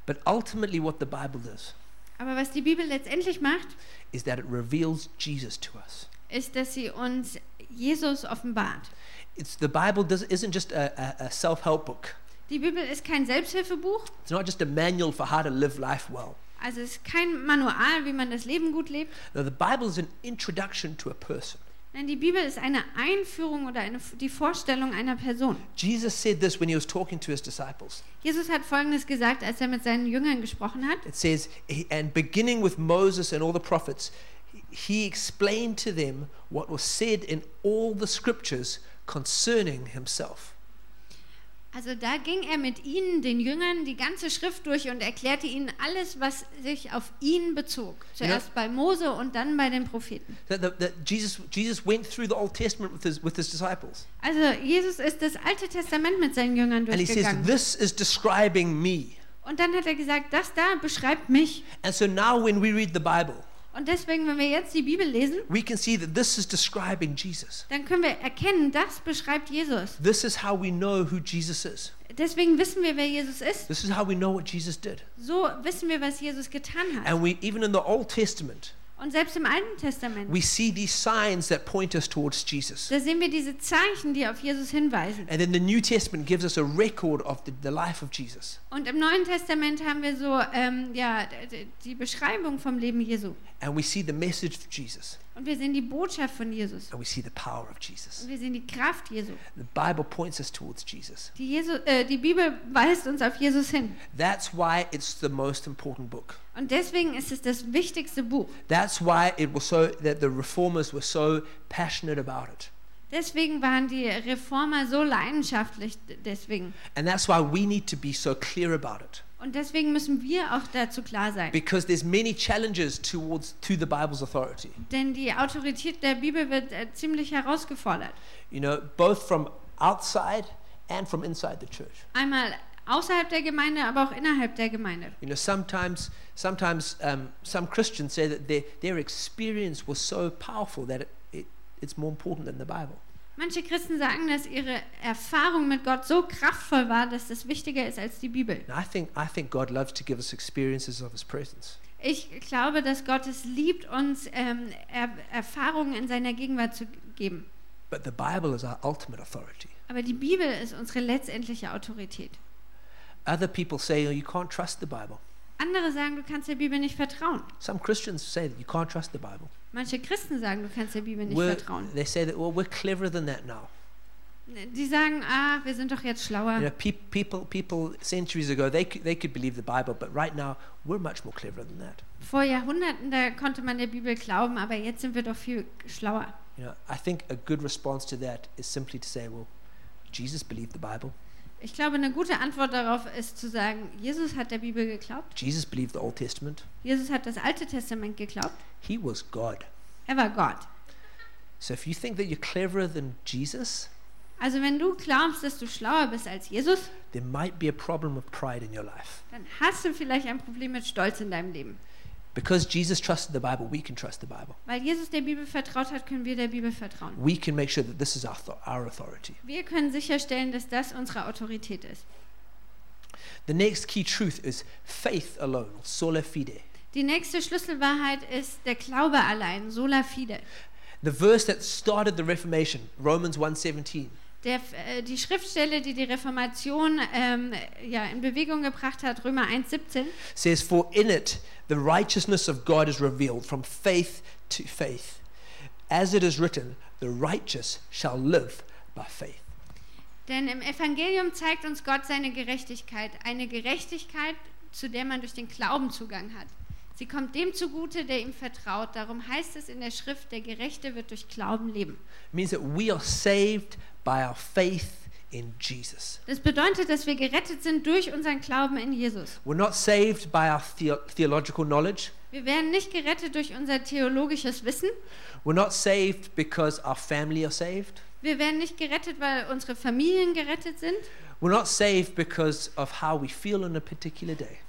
S1: But ultimately, what the Bible does
S2: Aber was die Bibel letztendlich macht,
S1: is that it reveals Jesus to us.
S2: ist, dass sie uns Jesus offenbart.
S1: It's, the Bible does, isn't just a, a, a self help book,
S2: Die Bibel ist kein Selbsthilfebuch,
S1: it's not just a manual for how to live life well.
S2: also es ist kein Manual, wie man das Leben gut lebt.
S1: No, the Bible is an introduction to a person.
S2: Nein, die Bibel ist eine Einführung oder eine, die Vorstellung einer Person.
S1: Jesus said this when he was talking to his disciples.
S2: Jesus hat Folgendes gesagt, als er mit seinen Jüngern gesprochen hat.
S1: It says, "He- and beginning with Moses and all the prophets, he explained to them what was said in all the scriptures concerning himself.
S2: Also da ging er mit ihnen, den Jüngern, die ganze Schrift durch und erklärte ihnen alles, was sich auf ihn bezog. Zuerst bei Mose und dann bei den Propheten.
S1: That, that, that Jesus, Jesus went through the Old Testament with his, with his disciples.
S2: Also Jesus ist das Alte Testament mit seinen Jüngern
S1: And he says,
S2: durchgegangen.
S1: This is describing me.
S2: Und dann hat er gesagt, das da beschreibt mich.
S1: And so now when we read the Bible,
S2: Und deswegen, wenn wir jetzt die Bibel lesen,
S1: we can see that this is describing Jesus.
S2: dann können wir erkennen, das beschreibt Jesus.
S1: This is how we know who Jesus is.
S2: Deswegen wissen wir, wer Jesus ist.
S1: This is how we know what Jesus did.
S2: So wissen wir, was Jesus getan hat.
S1: And we even in the Old Testament,
S2: Und selbst im Alten Testament.
S1: we see these signs that point us towards Jesus.
S2: Da sehen wir diese Zeichen, die auf Jesus hinweisen.
S1: And then the New Testament gives us a record of the, the life of Jesus.
S2: Und im Neuen Testament haben wir so ähm, ja, d- d- die Beschreibung vom Leben Jesu.
S1: And we see the message of Jesus.
S2: Und wir sehen die Botschaft von Jesus.
S1: And we see the power of
S2: Und
S1: Jesus.
S2: wir sehen die Kraft Jesu.
S1: The Bible points us towards Jesus.
S2: Die, Jesu äh, die Bibel weist uns auf Jesus hin.
S1: That's why it's the most important book.
S2: Und deswegen ist es das wichtigste Buch.
S1: That's why it was so that the reformers were so passionate about it.
S2: Deswegen waren die Reformer so leidenschaftlich. d- Deswegen.
S1: And that's why we need to be so clear about it.
S2: Und deswegen müssen wir auch dazu klar sein.
S1: Because there's many challenges towards to the Bible's authority.
S2: Denn die Autorität der Bibel wird äh, ziemlich herausgefordert.
S1: You know, both from outside and from inside the church.
S2: Einmal außerhalb der Gemeinde, aber auch innerhalb der Gemeinde.
S1: You know, sometimes, sometimes um, some Christians say that their, their experience was so powerful that it, it, it's more important than the Bible.
S2: Manche Christen sagen, dass ihre Erfahrung mit Gott so kraftvoll war, dass das wichtiger ist als die Bibel.
S1: And I think, I think God loves to give us experiences of His presence.
S2: Ich glaube, dass Gott es liebt, uns ähm, er Erfahrungen in seiner Gegenwart zu geben.
S1: But the Bible is our ultimate authority.
S2: Aber die Bibel ist unsere letztendliche Autorität.
S1: Other people say, oh, you can't trust the Bible.
S2: Andere sagen, du kannst der Bibel nicht vertrauen.
S1: Some Christians say that you can't trust the Bible.
S2: Manche Christen sagen, du kannst der Bibel nicht
S1: We're-
S2: vertrauen.
S1: they say that, well, we're cleverer than that now.
S2: Die sagen, ah, wir sind doch jetzt schlauer.
S1: You know, peop people, people centuries ago, they could, they could believe the Bible, but right now, we're much more cleverer than that.
S2: Vor Jahrhunderten, da konnte man der Bibel glauben, aber jetzt sind wir doch viel schlauer.
S1: You know, I think a good response to that is simply to say, well, Jesus believed the Bible.
S2: Ich glaube, eine gute Antwort darauf ist zu sagen, Jesus hat der Bibel geglaubt,
S1: Jesus believed the Old Testament.
S2: Jesus hat das Alte Testament geglaubt,
S1: He was God.
S2: er war Gott.
S1: So if you think that you're cleverer than Jesus,
S2: Also wenn du glaubst, dass du schlauer bist als Jesus,
S1: there might be a problem of pride in your life.
S2: dann hast du vielleicht ein Problem mit Stolz in deinem Leben.
S1: Because Jesus trusted the Bible, we can trust the Bible.
S2: Weil Jesus der Bibel vertraut hat, können wir der Bibel vertrauen.
S1: We can make sure that this is our, th- our authority.
S2: Wir können sicherstellen, dass das unsere Autorität ist.
S1: The next key truth is faith alone, sola fide.
S2: Die nächste Schlüsselwahrheit ist der Glaube allein, sola fide.
S1: The verse that started the Reformation, Romans 1:17.
S2: Der, äh, die Schriftstelle, die die Reformation ähm, ja, in Bewegung gebracht hat, Römer 1,17,
S1: says, For in it the righteousness of God is revealed from faith to faith. As it is written, the righteous shall live by faith.
S2: denn im Evangelium zeigt uns Gott seine Gerechtigkeit, eine Gerechtigkeit, zu der man durch den Glauben Zugang hat. Sie kommt dem zugute, der ihm vertraut. Darum heißt es in der Schrift, der Gerechte wird durch Glauben leben.
S1: It means that we are saved by our faith in Jesus.
S2: Das bedeutet, dass wir gerettet sind durch unseren Glauben in Jesus.
S1: We're not saved by our theo- theological knowledge.
S2: Wir werden nicht gerettet durch unser theologisches Wissen.
S1: We're not saved because our family are saved.
S2: Wir werden nicht gerettet, weil unsere Familien gerettet sind.
S1: We're not saved because of how we feel on a particular day.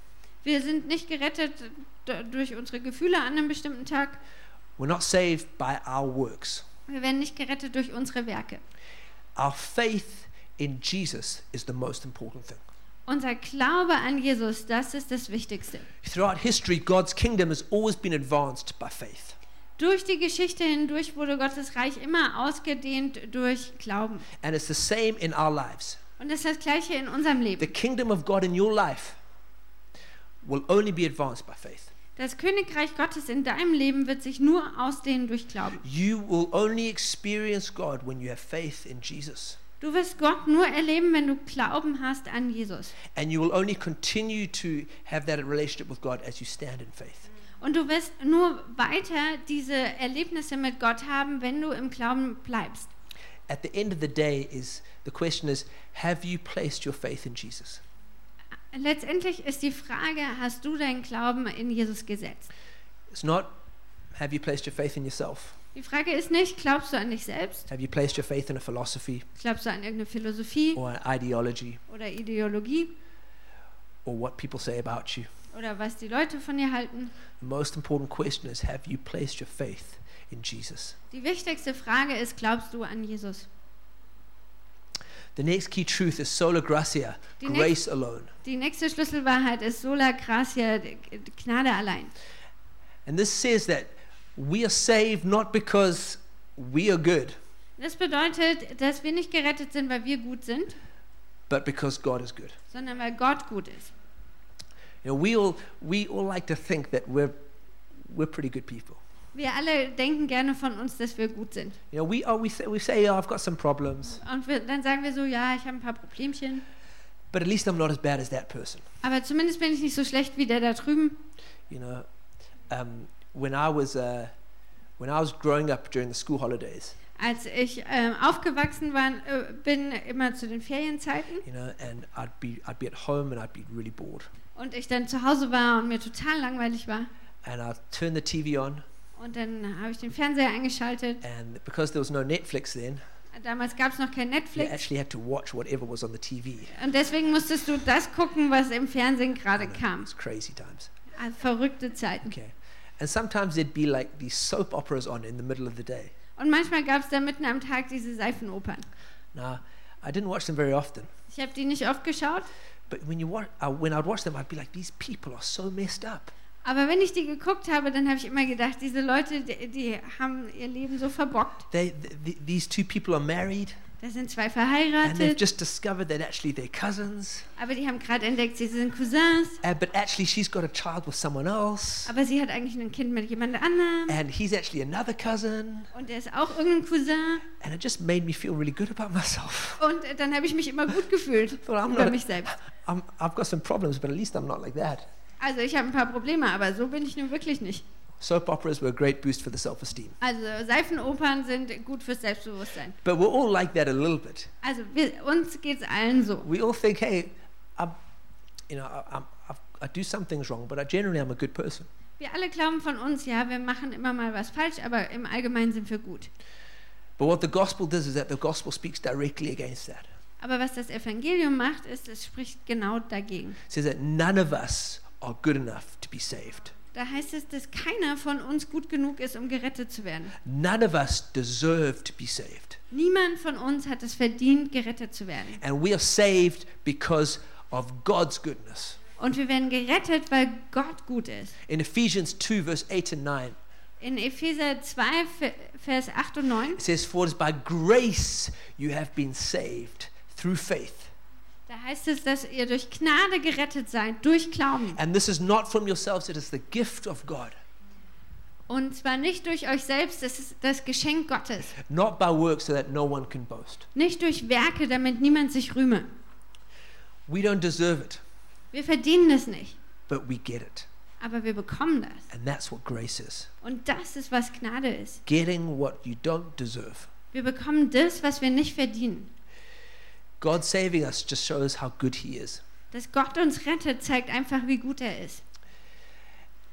S2: Wir sind nicht gerettet d- durch unsere Gefühle an einem bestimmten Tag.
S1: We're not saved by our works.
S2: Wir werden nicht gerettet durch unsere Werke.
S1: Our faith in Jesus is the most important thing.
S2: Unser Glaube an Jesus, das ist das Wichtigste.
S1: Throughout history, God's kingdom has always been advanced by faith.
S2: Durch die Geschichte hindurch wurde Gottes Reich immer ausgedehnt durch Glauben.
S1: And it's the same in our lives.
S2: Und das ist das Gleiche in unserem
S1: The
S2: Leben.
S1: kingdom of God in your life will only be advanced by faith.
S2: Das Königreich Gottes in deinem Leben wird sich nur ausdehnen durch Glauben.
S1: You will only experience God when you have faith in Jesus.
S2: Du wirst Gott nur erleben, wenn du Glauben hast an Jesus.
S1: And you will only continue to have that relationship with God as you stand in faith.
S2: Und du wirst nur weiter diese Erlebnisse mit Gott haben, wenn du im Glauben bleibst.
S1: At the end of the day is the question is have you placed your faith in Jesus?
S2: Letztendlich ist die Frage, hast du deinen Glauben in Jesus gesetzt?
S1: It's not have you placed your faith in yourself?
S2: Die Frage ist nicht, glaubst du an dich selbst?
S1: Have you placed your faith in a philosophy
S2: Glaubst du an irgendeine Philosophie
S1: or an ideology
S2: oder Ideologie
S1: or what people say about you?
S2: oder was die Leute von dir halten?
S1: The most important question is have you placed your faith in Jesus?
S2: Die wichtigste Frage ist, glaubst du an Jesus?
S1: The next key truth is sola gratia,
S2: Die
S1: grace alone.
S2: Die nächste Schlüsselwahrheit ist sola gratia, Gnade allein.
S1: And this says that we are saved not because we are good,
S2: Das bedeutet, dass wir nicht gerettet sind, weil wir gut sind,
S1: but because God is good.
S2: sondern weil Gott gut ist.
S1: You know, we all we all like to think that we're we're pretty good people.
S2: Wir alle denken gerne von uns, dass wir gut sind.
S1: You know, we oh, we say, we say oh, I've got some problems,
S2: Und wir, dann sagen wir so, ja, ich habe ein paar Problemchen,
S1: but at least I'm not as bad as that person.
S2: aber zumindest bin ich nicht so schlecht wie der da drüben.
S1: You know, um, when I was uh, when I was growing up during the school holidays,
S2: Als ich ähm, aufgewachsen war, äh, bin immer zu den Ferienzeiten
S1: you know, and I'd be I'd be at home and I'd be really bored.
S2: und ich dann zu Hause war und mir total langweilig war.
S1: and I'll turn the TV on.
S2: Und dann habe ich den Fernseher eingeschaltet.
S1: And because there was no Netflix then,
S2: Damals gab es noch kein
S1: you
S2: Netflix.
S1: actually had to watch whatever was on the TV.
S2: Und deswegen musstest du das gucken, was im Fernsehen gerade kam.
S1: It's crazy times.
S2: Ah, Verrückte Zeiten.
S1: Okay. And sometimes there'd be like these soap operas on in the middle of the day.
S2: Und manchmal gab es dann mitten am Tag diese Seifenopern.
S1: Now, I didn't watch them very often,
S2: Ich habe die nicht oft geschaut,
S1: but when you wa- uh, when I'd watch them, I'd be like, these people are so messed up.
S2: aber wenn ich die geguckt habe, dann habe ich immer gedacht, diese Leute, die, die haben ihr Leben so verbockt.
S1: They, th- th- these two people are married,
S2: Da sind zwei
S1: and they've
S2: verheiratet,
S1: just discovered that actually they're cousins.
S2: aber die haben gerade entdeckt, sie sind Cousins,
S1: Uh, but actually, she's got a child with someone else,
S2: aber sie hat eigentlich ein Kind mit jemand anderem
S1: and he's actually another cousin.
S2: und der ist auch irgendein Cousin.
S1: And it just made me feel really good about myself.
S2: Und äh, dann habe ich mich immer gut gefühlt
S1: Well, I'm
S2: über
S1: not-
S2: mich selbst.
S1: I'm, I've got some problems, but at least I'm not like that.
S2: Also ich habe ein paar Probleme, aber so bin ich nun wirklich nicht.
S1: Soap operas were a great boost for the self esteem.
S2: Also Seifenopern sind gut fürs Selbstbewusstsein.
S1: But we're all like that a little bit.
S2: Also wir, uns geht's allen so.
S1: We all think, hey, I'm, you know, I, I'm, I've, I do some things wrong, but I generally I'm a good person.
S2: Wir alle glauben von uns, ja, wir machen immer mal was falsch, aber im Allgemeinen sind wir gut.
S1: But what the gospel does is that the gospel speaks directly against that.
S2: Aber was das Evangelium macht, ist, es spricht genau dagegen.
S1: It says that none of us are good enough to be saved.
S2: Da heißt es, dass keiner von uns gut genug ist, um gerettet zu werden.
S1: None of us deserve to be saved.
S2: Niemand von uns hat es verdient, gerettet zu werden.
S1: And we are saved because of God's goodness.
S2: Und wir werden gerettet, weil Gott gut ist.
S1: In Ephesians 2, verse 8 and 9,
S2: In Epheser 2, Ver- Vers 8 und 9,
S1: it says, For it is by grace you have been saved through faith.
S2: da heißt es, dass ihr durch Gnade gerettet seid, durch Glauben.
S1: And this is not from yourselves, it is the gift of God.
S2: Und zwar nicht durch euch selbst, das ist das Geschenk Gottes.
S1: Not by works, so that no one can boast.
S2: Nicht durch Werke, damit niemand sich rühme.
S1: We don't deserve it,
S2: Wir verdienen es nicht,
S1: but we get it.
S2: aber wir bekommen das.
S1: And that's what grace is
S2: Und das ist, was Gnade ist.
S1: getting what you don't deserve.
S2: Wir bekommen das, was wir nicht verdienen.
S1: God saving us just shows how good He is.
S2: Dass Gott uns rettet, zeigt einfach, wie gut er ist.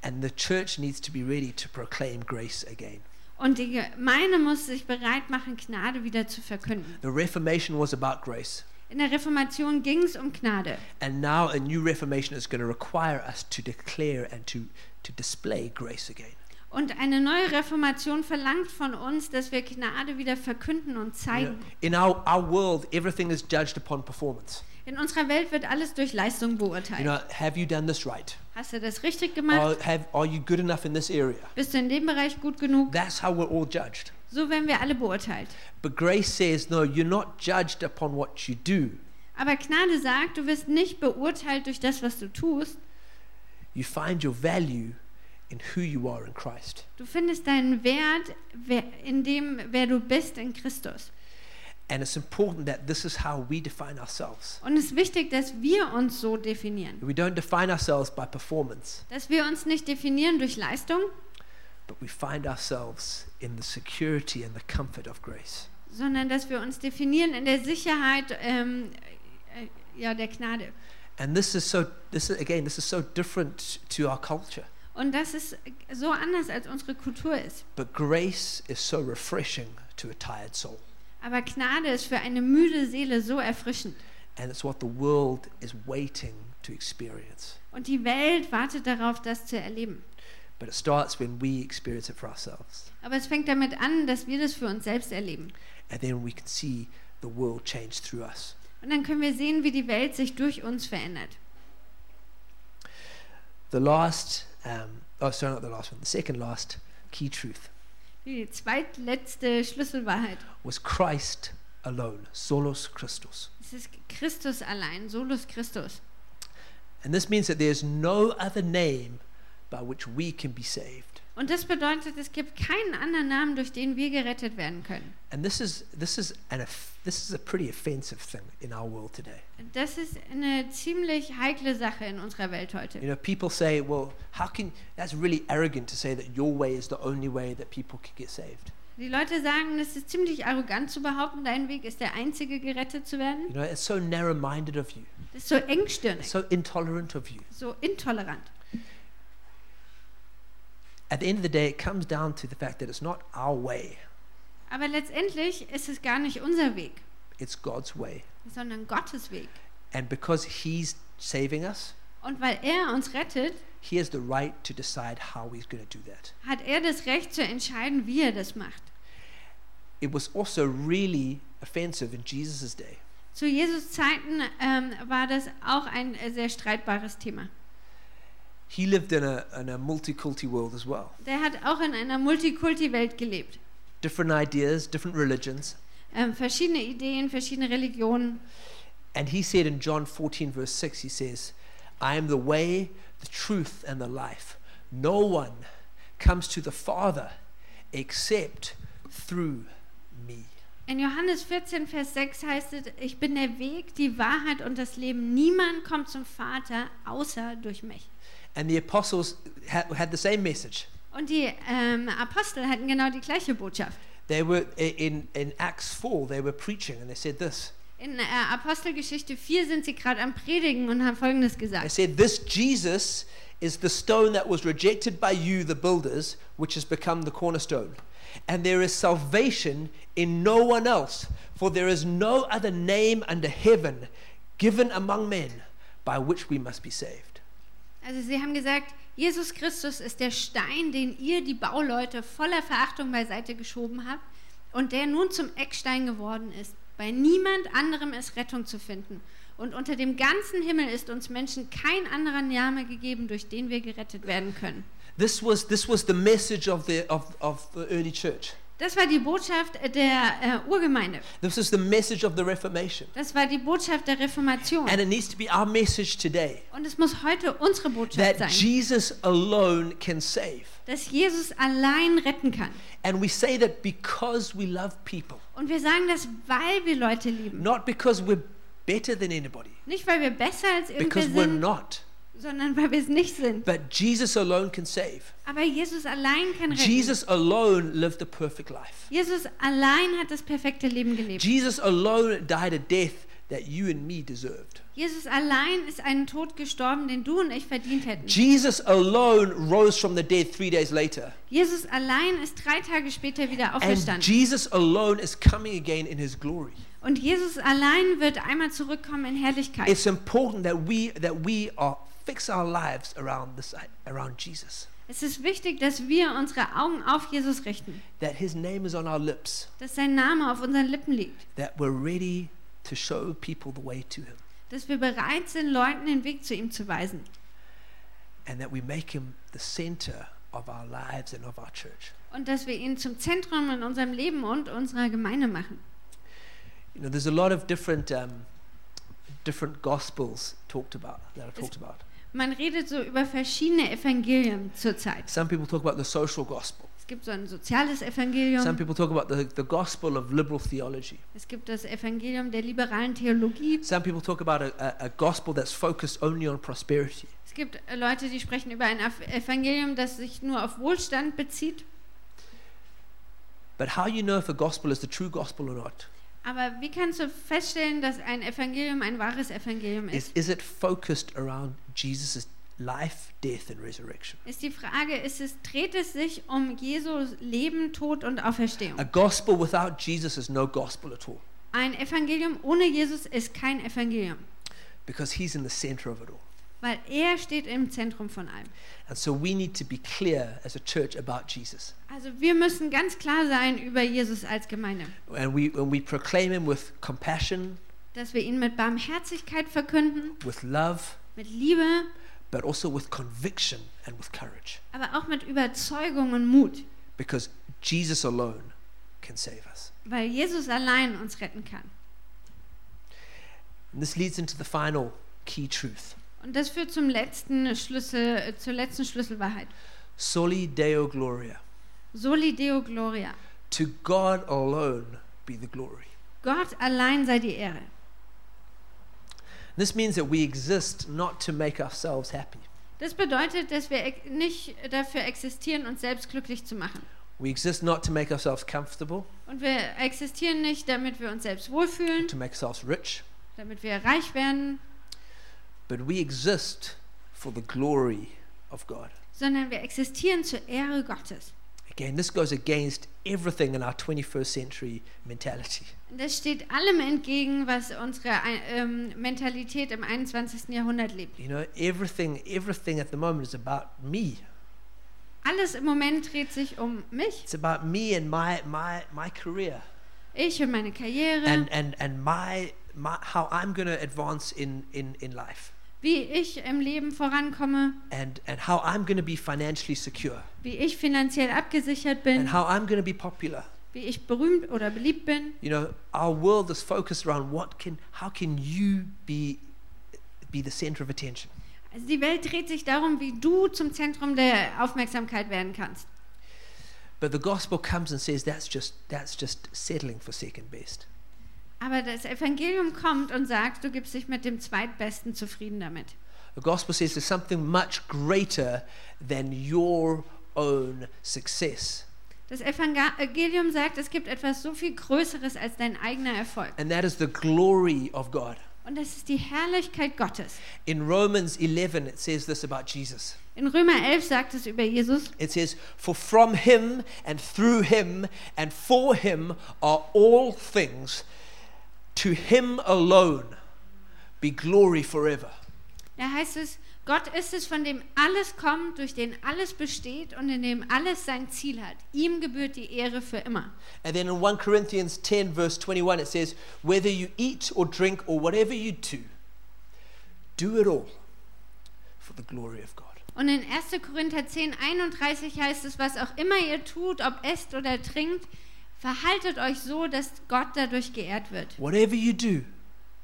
S1: And the church needs to be ready to proclaim grace again.
S2: Und die Gemeinde muss sich bereit machen, Gnade wieder zu verkünden.
S1: The Reformation was about grace,
S2: In der Reformation ging es um Gnade.
S1: and now a new Reformation is going to require us to declare and to, to display grace again.
S2: Und eine neue Reformation verlangt von uns, dass wir Gnade wieder verkünden und
S1: You know,
S2: zeigen.
S1: in our, our world, everything is judged upon performance.
S2: In unserer Welt wird alles durch Leistung
S1: You
S2: beurteilt.
S1: know, have you done this right?
S2: Hast du das richtig gemacht?
S1: Are, have, are you good enough in this area?
S2: Bist du in dem Bereich gut genug?
S1: That's how we're all judged.
S2: So werden wir alle beurteilt.
S1: But grace says, no, you're not judged upon what you do.
S2: Aber Gnade sagt, du wirst nicht beurteilt durch das, was du tust.
S1: You find your value in who you are in Christ.
S2: Du findest deinen Wert wer- in dem, wer du bist in Christus.
S1: And it's important that this is how we define ourselves.
S2: Und es ist wichtig, dass wir uns so definieren.
S1: We don't define ourselves by performance,
S2: Dass wir uns nicht definieren durch Leistung,
S1: but we find ourselves in the security and the comfort of grace.
S2: sondern dass wir uns definieren in der Sicherheit ähm, äh, ja, der Gnade.
S1: And this is so, this is, again, this is so different to our culture.
S2: Und das ist so anders, als unsere Kultur ist.
S1: But grace is so refreshing to a tired soul.
S2: Aber Gnade ist für eine müde Seele so erfrischend.
S1: And it's what the world is waiting to experience.
S2: Und die Welt wartet darauf, das zu erleben.
S1: But it starts when we experience it for ourselves.
S2: Aber es fängt damit an, dass wir das für uns selbst erleben.
S1: And then we can see the world change through us.
S2: Und dann können wir sehen, wie die Welt sich durch uns verändert.
S1: The last, um, oh, sorry, not the last one, the second last key truth
S2: Die zweitletzte Schlüsselwahrheit.
S1: was Christ alone, solos Christus.
S2: Es ist Christus allein, Solus Christus.
S1: And this means that there's no other name by which we can be saved.
S2: Und das bedeutet, es gibt keinen anderen Namen, durch den wir gerettet werden können.
S1: And this is this is an off- this is a pretty offensive thing in our world today.
S2: Das ist eine ziemlich heikle Sache in unserer Welt
S1: You
S2: heute.
S1: know, people say, "Well, how can that's really arrogant to say that your way is the only way that people can get saved?"
S2: Die Leute sagen, es ist ziemlich arrogant zu behaupten, dein Weg ist der einzige, gerettet zu werden.
S1: You know, it's so narrow-minded of you,
S2: Das ist so
S1: it's
S2: engstirnig,
S1: so intolerant of you.
S2: so intolerant.
S1: At the end of the day, it comes down to the fact that it's not our way;
S2: Aber letztendlich ist es gar nicht unser Weg,
S1: it's God's way.
S2: sondern Gottes Weg.
S1: And because He's saving us,
S2: Und weil er uns rettet,
S1: He has the right to decide how He's going to do that.
S2: hat er das Recht zu entscheiden, wie er das macht.
S1: it was also really offensive in Jesus' day.
S2: Zu Jesus Zeiten ähm, war das auch ein äh, sehr streitbares Thema.
S1: He lived in a, in a multiculti world as well.
S2: Der hat auch in einer Multikulti-Welt gelebt.
S1: Different ideas, different religions.
S2: Ähm, verschiedene Ideen, verschiedene Religionen.
S1: And he said in John 14, verse 6, he says, I am the way, the truth, and the life. No one comes to the Father except through me.
S2: In Johannes 14, Vers 6 heißt es, ich bin der Weg, die Wahrheit und das Leben. Niemand kommt zum Vater außer durch mich.
S1: And the apostles had, had the same message.
S2: Und die ähm, Apostel hatten genau die gleiche Botschaft.
S1: They were in, in Acts 4, they were preaching and they said this.
S2: In äh, Apostelgeschichte 4 sind sie gerade am Predigen und haben Folgendes
S1: They
S2: gesagt.
S1: said, This Jesus is the stone that was rejected by you, the builders, which has become the cornerstone. And there is salvation in no one else, for there is no other name under heaven given among men by which we must be saved.
S2: Also sie haben gesagt, Jesus Christus ist der Stein, den ihr, die Bauleute, voller Verachtung beiseite geschoben habt und der nun zum Eckstein geworden ist. Bei niemand anderem ist Rettung zu finden. Und unter dem ganzen Himmel ist uns Menschen kein anderer Name gegeben, durch den wir gerettet werden können.
S1: This was, this was the message of the, of, of the early church.
S2: Das war die Botschaft äh, der äh, Urgemeinde.
S1: This is the message of the Reformation.
S2: Das war die Botschaft der Reformation.
S1: And it needs to be our message today
S2: Und es muss heute unsere Botschaft
S1: that
S2: sein,
S1: Jesus alone can save.
S2: dass Jesus allein retten kann.
S1: And we say that because we love people.
S2: Und wir sagen das, weil wir Leute lieben.
S1: not because we're better than anybody,
S2: Nicht, weil wir besser als irgendwer
S1: because we're
S2: sind,
S1: not.
S2: sondern weil wir es nicht sind.
S1: But Jesus alone can save.
S2: Aber Jesus allein kann retten.
S1: Jesus alone lived a perfect life.
S2: Jesus allein hat das perfekte Leben gelebt.
S1: Jesus alone died a death that you and me deserved.
S2: Jesus allein ist einen Tod gestorben, den du und ich verdient hätten.
S1: Jesus alone rose from the dead three days later.
S2: Jesus allein ist drei Tage später wieder
S1: And
S2: auferstanden.
S1: Jesus alone is coming again in his glory.
S2: Und Jesus allein wird einmal zurückkommen in Herrlichkeit.
S1: It's important that we that we are fix our lives around this around Jesus.
S2: Es ist wichtig, dass wir unsere Augen auf Jesus richten,
S1: That his name is on our lips.
S2: dass sein Name auf unseren Lippen liegt,
S1: That we're ready to show people the way to him.
S2: dass wir bereit sind, Leuten den Weg zu ihm zu weisen
S1: and that we make him the center of our lives and of our church.
S2: und dass wir ihn zum Zentrum in unserem Leben und unserer Gemeinde machen.
S1: You know, there's a lot of different um, different gospels talked about that are
S2: Is-
S1: talked about.
S2: Man redet so über verschiedene Evangelien zurzeit.
S1: Some people talk about the social gospel.
S2: Es gibt so ein soziales
S1: Some
S2: Evangelium,
S1: people talk about the, the gospel of liberal theology.
S2: es gibt das Evangelium der liberalen Theologie,
S1: Some people talk about a, a, a gospel that's focused only on prosperity.
S2: es gibt äh, Leute, die sprechen über ein Ev- Evangelium, das sich nur auf Wohlstand bezieht.
S1: But how you know if a gospel is the true gospel or not
S2: Aber wie kannst du feststellen, dass ein Evangelium ein wahres Evangelium ist?
S1: is is it focused around Jesus' life, death, and resurrection?
S2: ist die Frage, ist es, dreht es sich um Jesu Leben, Tod und
S1: A
S2: Auferstehung?
S1: gospel without Jesus is no gospel at all
S2: Ein Evangelium ohne Jesus ist kein Evangelium,
S1: because he's in the center of it all.
S2: weil er steht im Zentrum von allem.
S1: And so we need to be clear as a church about Jesus.
S2: Also wir müssen ganz klar sein über Jesus als Gemeinde,
S1: And we, when we proclaim him with compassion,
S2: dass wir ihn mit Barmherzigkeit verkünden,
S1: with love,
S2: mit Liebe,
S1: but also with conviction and with courage.
S2: aber auch mit Überzeugung und Mut,
S1: Because Jesus alone can save us.
S2: weil Jesus allein uns retten kann.
S1: And this leads into the final key truth
S2: Und das führt zum letzten Schlüssel, äh, zur letzten Schlüsselwahrheit.
S1: Soli Deo Gloria.
S2: Soli Deo Gloria.
S1: To God alone be the glory.
S2: Gott allein sei die Ehre.
S1: This means that we exist not to make ourselves happy.
S2: Das bedeutet, dass wir ex- nicht dafür existieren, uns selbst glücklich zu machen.
S1: We exist not to make ourselves comfortable,
S2: Und wir existieren nicht, damit wir uns selbst wohlfühlen,
S1: to make ourselves rich,
S2: damit wir reich werden,
S1: but we exist for the glory of God.
S2: sondern wir existieren zur Ehre Gottes.
S1: Again, this goes against everything in our 21st century mentality.
S2: Und das steht allem entgegen, was unsere ein- ähm, Mentalität im 21. Jahrhundert lebt.
S1: You know, everything, everything at the moment is about me.
S2: Alles im Moment dreht sich um mich,
S1: It's about me and my my my career
S2: ich und meine Karriere,
S1: and and and my my how I'm going to advance in in in life
S2: wie ich im Leben vorankomme,
S1: and and how I'm going to be financially secure
S2: wie ich finanziell abgesichert
S1: and
S2: bin,
S1: how I'm going to be popular.
S2: wie ich berühmt oder beliebt bin.
S1: You know, our world is focused around what can how can you be be the center of attention.
S2: Also die Welt dreht sich darum, wie du zum Zentrum der Aufmerksamkeit werden kannst.
S1: But the gospel comes and says that's just that's just settling for second best.
S2: Aber das Evangelium kommt und sagt, du gibst dich mit dem Zweitbesten zufrieden damit.
S1: The gospel says there's something much greater than your own success.
S2: Das äh, Evangelium sagt, es gibt etwas so viel Größeres als dein eigener Erfolg.
S1: And that is the glory of God.
S2: Und das ist die Herrlichkeit Gottes.
S1: In Romans 11, it says this about Jesus.
S2: In Römer 11 sagt es über Jesus,
S1: It says, For from him and through him and for him are all things. To him alone be glory forever.
S2: da heißt es, Gott ist es, von dem alles kommt, durch den alles besteht und in dem alles sein Ziel hat. Ihm gebührt die Ehre für immer.
S1: And then in 1 Corinthians 10, verse 21, it says, Whether you eat or drink or whatever you do, do it all for the glory of God.
S2: Und in 1. Korinther 10, 31 heißt es, was auch immer ihr tut, ob esst oder trinkt, verhaltet euch so, dass Gott dadurch geehrt wird.
S1: Whatever you do,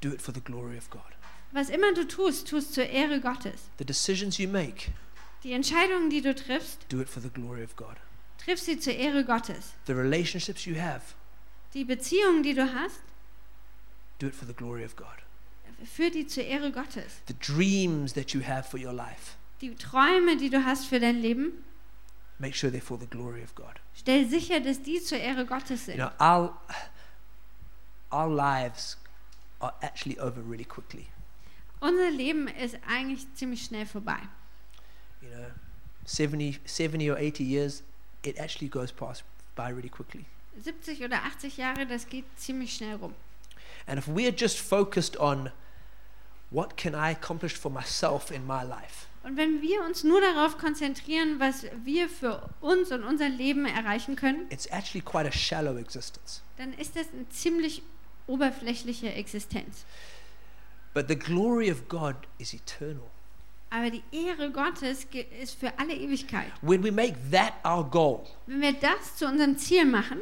S1: do it for the glory of God.
S2: Was immer du tust, tust zur Ehre Gottes.
S1: The decisions you make,
S2: Die Entscheidungen, die du triffst,
S1: do it for the glory of God.
S2: triff sie zur Ehre Gottes.
S1: The relationships you have,
S2: Die Beziehungen, die du hast,
S1: do it for the glory of God.
S2: führ die zur Ehre Gottes.
S1: The dreams that you have for your life,
S2: Die Träume, die du hast für dein Leben,
S1: make sure they're for the glory of God.
S2: stell sicher, dass die zur Ehre Gottes
S1: You
S2: sind.
S1: know, our, our lives are actually over really quickly.
S2: Unser Leben ist eigentlich ziemlich schnell vorbei.
S1: you know 70, 70 or 80 years it actually goes past by really quickly
S2: 70 oder 80 Jahre, das geht ziemlich schnell rum.
S1: and if we're just focused on what can i accomplish for myself in my life
S2: Und wenn wir uns nur darauf konzentrieren, was wir für uns und unser Leben erreichen können,
S1: it's actually quite a shallow existence
S2: dann ist das eine ziemlich oberflächliche Existenz.
S1: but the glory of god is eternal
S2: Aber die Ehre Gottes ge- ist für alle Ewigkeit.
S1: when we make that our goal
S2: Wenn wir das zu unserem Ziel machen,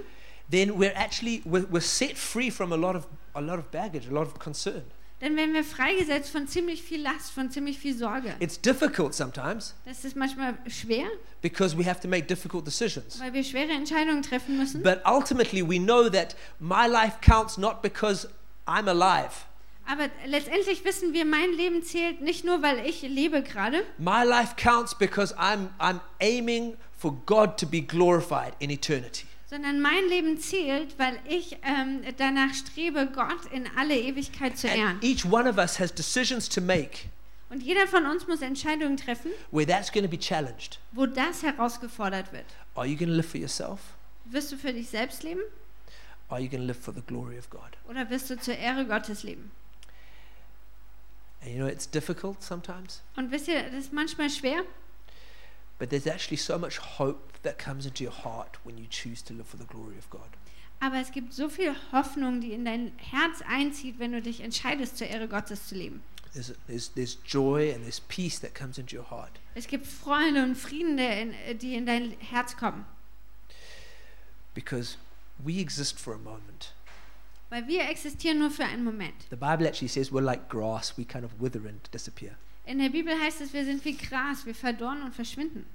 S1: then we're actually we're, we're set free from a lot of a lot of baggage a lot of concern
S2: dann werden wir freigesetzt von ziemlich viel Last, von ziemlich viel Sorge.
S1: it's difficult sometimes
S2: Das ist manchmal schwer,
S1: because we have to make difficult decisions
S2: weil wir schwere Entscheidungen treffen müssen.
S1: but ultimately we know that my life counts not because i'm alive
S2: Aber letztendlich wissen wir, mein Leben zählt nicht nur, weil ich lebe gerade,
S1: My life counts because I'm, I'm aiming for God to be glorified in eternity.
S2: sondern mein Leben zählt, weil ich ähm, danach strebe, Gott in alle Ewigkeit zu ehren.
S1: And each one of us has decisions to make
S2: Und jeder von uns muss Entscheidungen treffen,
S1: where that's going to be challenged.
S2: wo das herausgefordert wird.
S1: Are you going to live for yourself?
S2: Wirst du für dich selbst leben
S1: Are you going to live for the glory of God?
S2: oder wirst du zur Ehre Gottes leben?
S1: And you know, it's difficult sometimes,
S2: Und wisst ihr, das ist manchmal schwer,
S1: but there's actually so much hope that comes into your heart when you choose to live for the glory of God.
S2: aber es gibt so viel Hoffnung, die in dein Herz einzieht, wenn du dich entscheidest, zur Ehre Gottes zu leben.
S1: There's, there's, there's joy and there's peace that comes into your heart.
S2: Es gibt Freunde und Frieden, der in- die in dein Herz kommen.
S1: Because we exist for a moment.
S2: Weil wir existieren nur für einen Moment.
S1: The Bible actually says we're like grass, we kind of wither and disappear.
S2: In der Bibel heißt es, wir sind wie Gras, wir verdorren und verschwinden.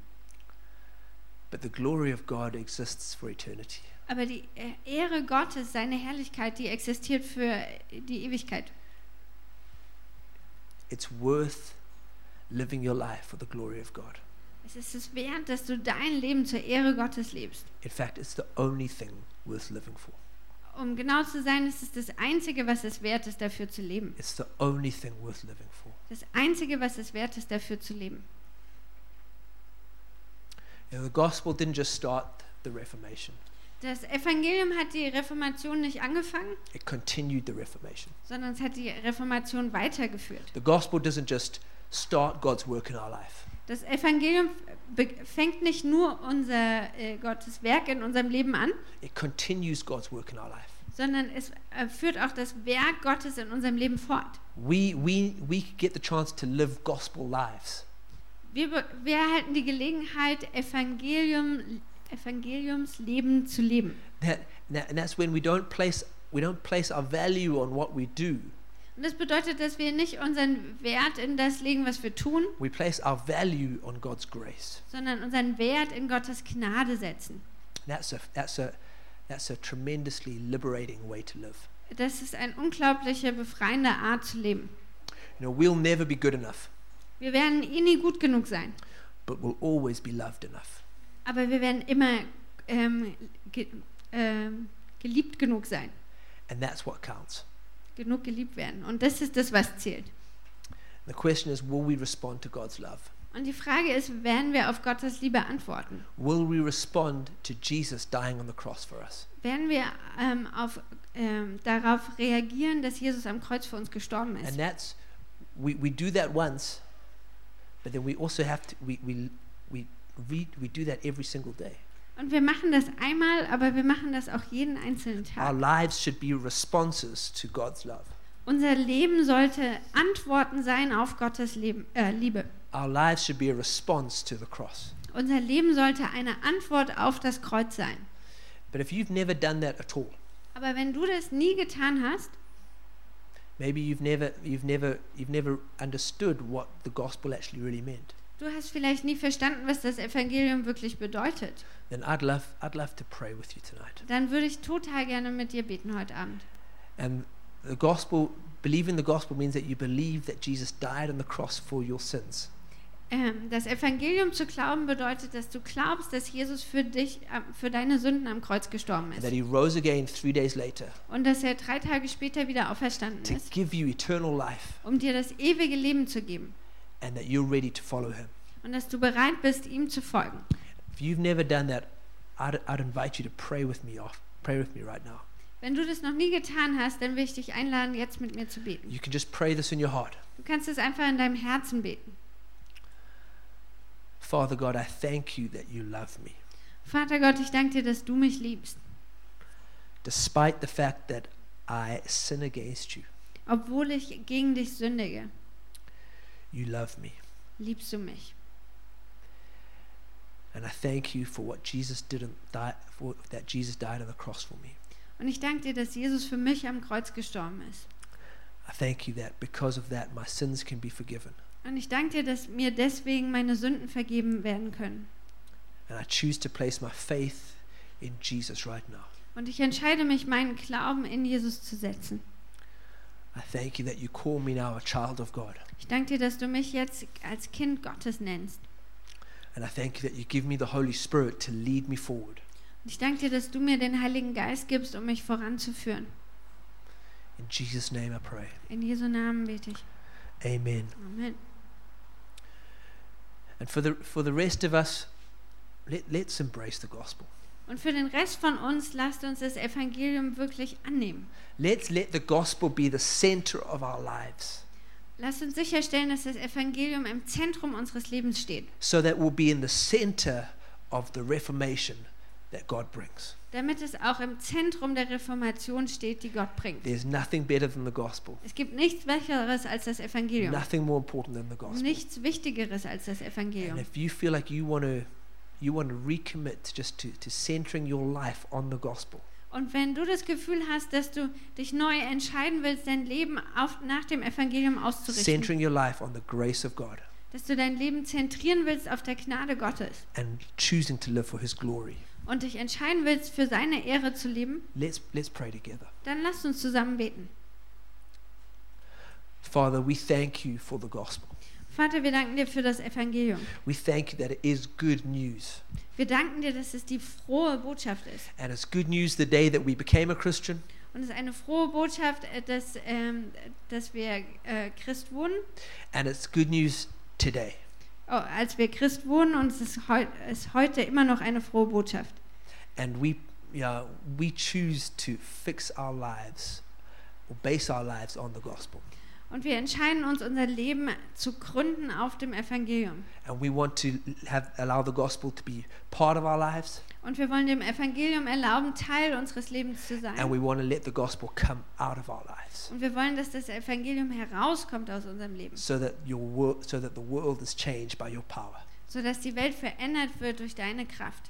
S1: But the glory of God exists for eternity.
S2: Aber die äh, Ehre Gottes, seine Herrlichkeit, die existiert für äh, die Ewigkeit.
S1: It's worth living your life for the glory of God.
S2: Es ist es wert, dass du dein Leben zur Ehre Gottes lebst.
S1: In fact, it's the only thing worth living for.
S2: Um genau zu sein, ist es das Einzige, was es wert ist, dafür zu leben.
S1: It's the only thing worth living for.
S2: Das Einzige, was es wert ist, dafür zu leben.
S1: You know, the gospel didn't just start the Reformation,
S2: Das Evangelium hat die Reformation nicht angefangen,
S1: it continued the Reformation.
S2: sondern es hat die Reformation weitergeführt.
S1: The gospel doesn't just start God's work in our life,
S2: Das Evangelium be- fängt nicht nur unser äh, Gottes Werk in unserem Leben an,
S1: it continues God's work in our life.
S2: sondern es äh, führt auch das Werk Gottes in unserem Leben fort.
S1: We, we, we get the chance to live gospel lives.
S2: Wir, be- wir erhalten die Gelegenheit, Evangelium, Evangeliumsleben zu leben.
S1: That, that, and that's when we don't, place, we don't place our value on what we do,
S2: Und das bedeutet, dass wir nicht unseren Wert in das legen, was wir tun,
S1: we place our value on God's grace.
S2: sondern unseren Wert in Gottes Gnade setzen.
S1: That's a that's a that's a tremendously liberating way to live.
S2: Das ist eine unglaubliche, befreiende Art zu leben.
S1: You know, we'll never be good enough.
S2: Wir werden eh nie gut genug sein,
S1: but will always be loved enough.
S2: aber wir werden immer ähm, ge ähm, geliebt genug sein,
S1: And that's what counts.
S2: genug geliebt werden. Und das ist das, was zählt.
S1: The question is will we respond to God's love?
S2: Und die Frage ist, werden wir auf Gottes Liebe antworten?
S1: Will we respond to Jesus dying on the cross for us?
S2: Werden wir ähm, auf, ähm, darauf reagieren, dass Jesus am Kreuz für uns gestorben ist?
S1: And that's, we, we do that once, but then we also have to, we, we, we, re, we do that every single day.
S2: Und wir machen das einmal, aber wir machen das auch jeden einzelnen
S1: Our
S2: Tag.
S1: lives should be responses to God's love.
S2: Unser Leben sollte Antworten sein auf Gottes Leben, äh, Liebe.
S1: Our lives should be a response to the cross.
S2: Unser Leben sollte eine Antwort auf das Kreuz sein.
S1: But if you've never done that at all,
S2: Aber wenn du das nie getan hast,
S1: maybe you've never, you've never, you've never understood what the gospel actually really meant,
S2: du hast vielleicht nie verstanden, was das Evangelium wirklich bedeutet,
S1: then I'd love, I'd love to pray with you tonight.
S2: dann würde ich total gerne mit dir beten heute Abend.
S1: And the gospel, believing the gospel means that you believe that Jesus died on the cross for your sins.
S2: Ähm, das Evangelium zu glauben bedeutet, dass du glaubst, dass Jesus für dich, am- für deine Sünden am Kreuz gestorben
S1: and that
S2: ist
S1: he rose again three days later
S2: und dass er drei Tage später wieder auferstanden
S1: to
S2: ist,
S1: give you eternal life
S2: um dir das ewige Leben zu geben
S1: and that you're ready to follow him.
S2: und dass du bereit bist, ihm zu folgen.
S1: If you've never done that, I'd, I'd invite you to pray with me off, pray with me right now.
S2: Wenn du das noch nie getan hast, dann will ich dich einladen, jetzt mit mir zu beten.
S1: You can just pray this in your heart.
S2: Du kannst es einfach in deinem Herzen beten.
S1: Father God, I thank you that you love me.
S2: Vater Gott, ich danke dir, dass du mich liebst,
S1: Despite the fact that I sin against you,
S2: obwohl ich gegen dich sündige.
S1: you love me.
S2: Liebst du mich?
S1: And I thank you for what Jesus did and die, for, that Jesus died on the cross for me.
S2: Und ich danke dir, dass Jesus für mich am Kreuz gestorben ist.
S1: I thank you that because of that, my sins can be forgiven.
S2: Und ich danke dir, dass mir deswegen meine Sünden vergeben werden können.
S1: And I choose to place my faith in Jesus right now.
S2: Und ich entscheide mich, meinen Glauben in Jesus zu setzen.
S1: I thank you that you call me now a child of God.
S2: Ich danke dir, dass du mich jetzt als Kind Gottes nennst.
S1: And I thank you that you give me the Holy Spirit to lead me forward.
S2: Und ich danke dir, dass du mir den Heiligen Geist gibst, um mich voranzuführen.
S1: In Jesus' name I pray.
S2: In Jesu Namen bete ich.
S1: Amen.
S2: Amen.
S1: And for the, for the rest of us, let, let's embrace the gospel.
S2: Und für den Rest von uns, lasst uns das Evangelium wirklich annehmen.
S1: Let's let the gospel be the center of our lives
S2: Lasst uns sicherstellen, dass das Evangelium im Zentrum unseres Lebens steht,
S1: so that we'll be in the center of the reformation that God brings.
S2: damit es auch im Zentrum der Reformation steht, die Gott bringt.
S1: There's nothing better than the gospel,
S2: Es gibt nichts Besseres als das Evangelium.
S1: nothing more important than the gospel.
S2: Nichts Wichtigeres als das
S1: And
S2: Evangelium.
S1: if you feel like you want to, you want to recommit to just to, to centering your life on the gospel,
S2: Und wenn du das Gefühl hast, dass du dich neu entscheiden willst, dein Leben auf, nach dem Evangelium auszurichten,
S1: centering your life on the grace of God
S2: dass du dein Leben zentrieren willst auf der Gnade Gottes
S1: and choosing to live for His glory.
S2: und dich entscheiden willst, für seine Ehre zu leben,
S1: Let's, let's pray together.
S2: dann lasst uns zusammen beten.
S1: Father, we thank you for the gospel.
S2: Vater, wir danken dir für das Evangelium.
S1: We thank you that it is good news.
S2: Wir danken dir, dass es die frohe Botschaft ist.
S1: And it's good news the day that we became a Christian,
S2: Und es ist eine frohe Botschaft, äh, dass, ähm, dass wir äh, Christ wurden,
S1: and it's good news today.
S2: oh, als wir Christ wurden, und es ist, heu ist heute immer noch eine frohe Botschaft.
S1: And we, yeah, we choose to fix our lives or base our lives on the gospel.
S2: Und wir entscheiden uns, unser Leben zu gründen auf dem Evangelium.
S1: And we want to have, allow the gospel to be part of our lives,
S2: Und wir wollen dem Evangelium erlauben, Teil unseres Lebens zu sein.
S1: and we want to let the gospel come out of our lives.
S2: Und wir wollen, dass das Evangelium herauskommt aus unserem Leben,
S1: so that your wor- so that the world is changed by your power.
S2: sodass die Welt verändert wird durch deine Kraft.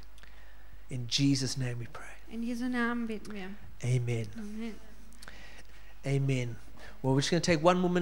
S1: In Jesus' name we pray.
S2: In Jesu Namen beten wir.
S1: Amen.
S2: Amen.
S1: Amen. Well, we're just going to take one more minute.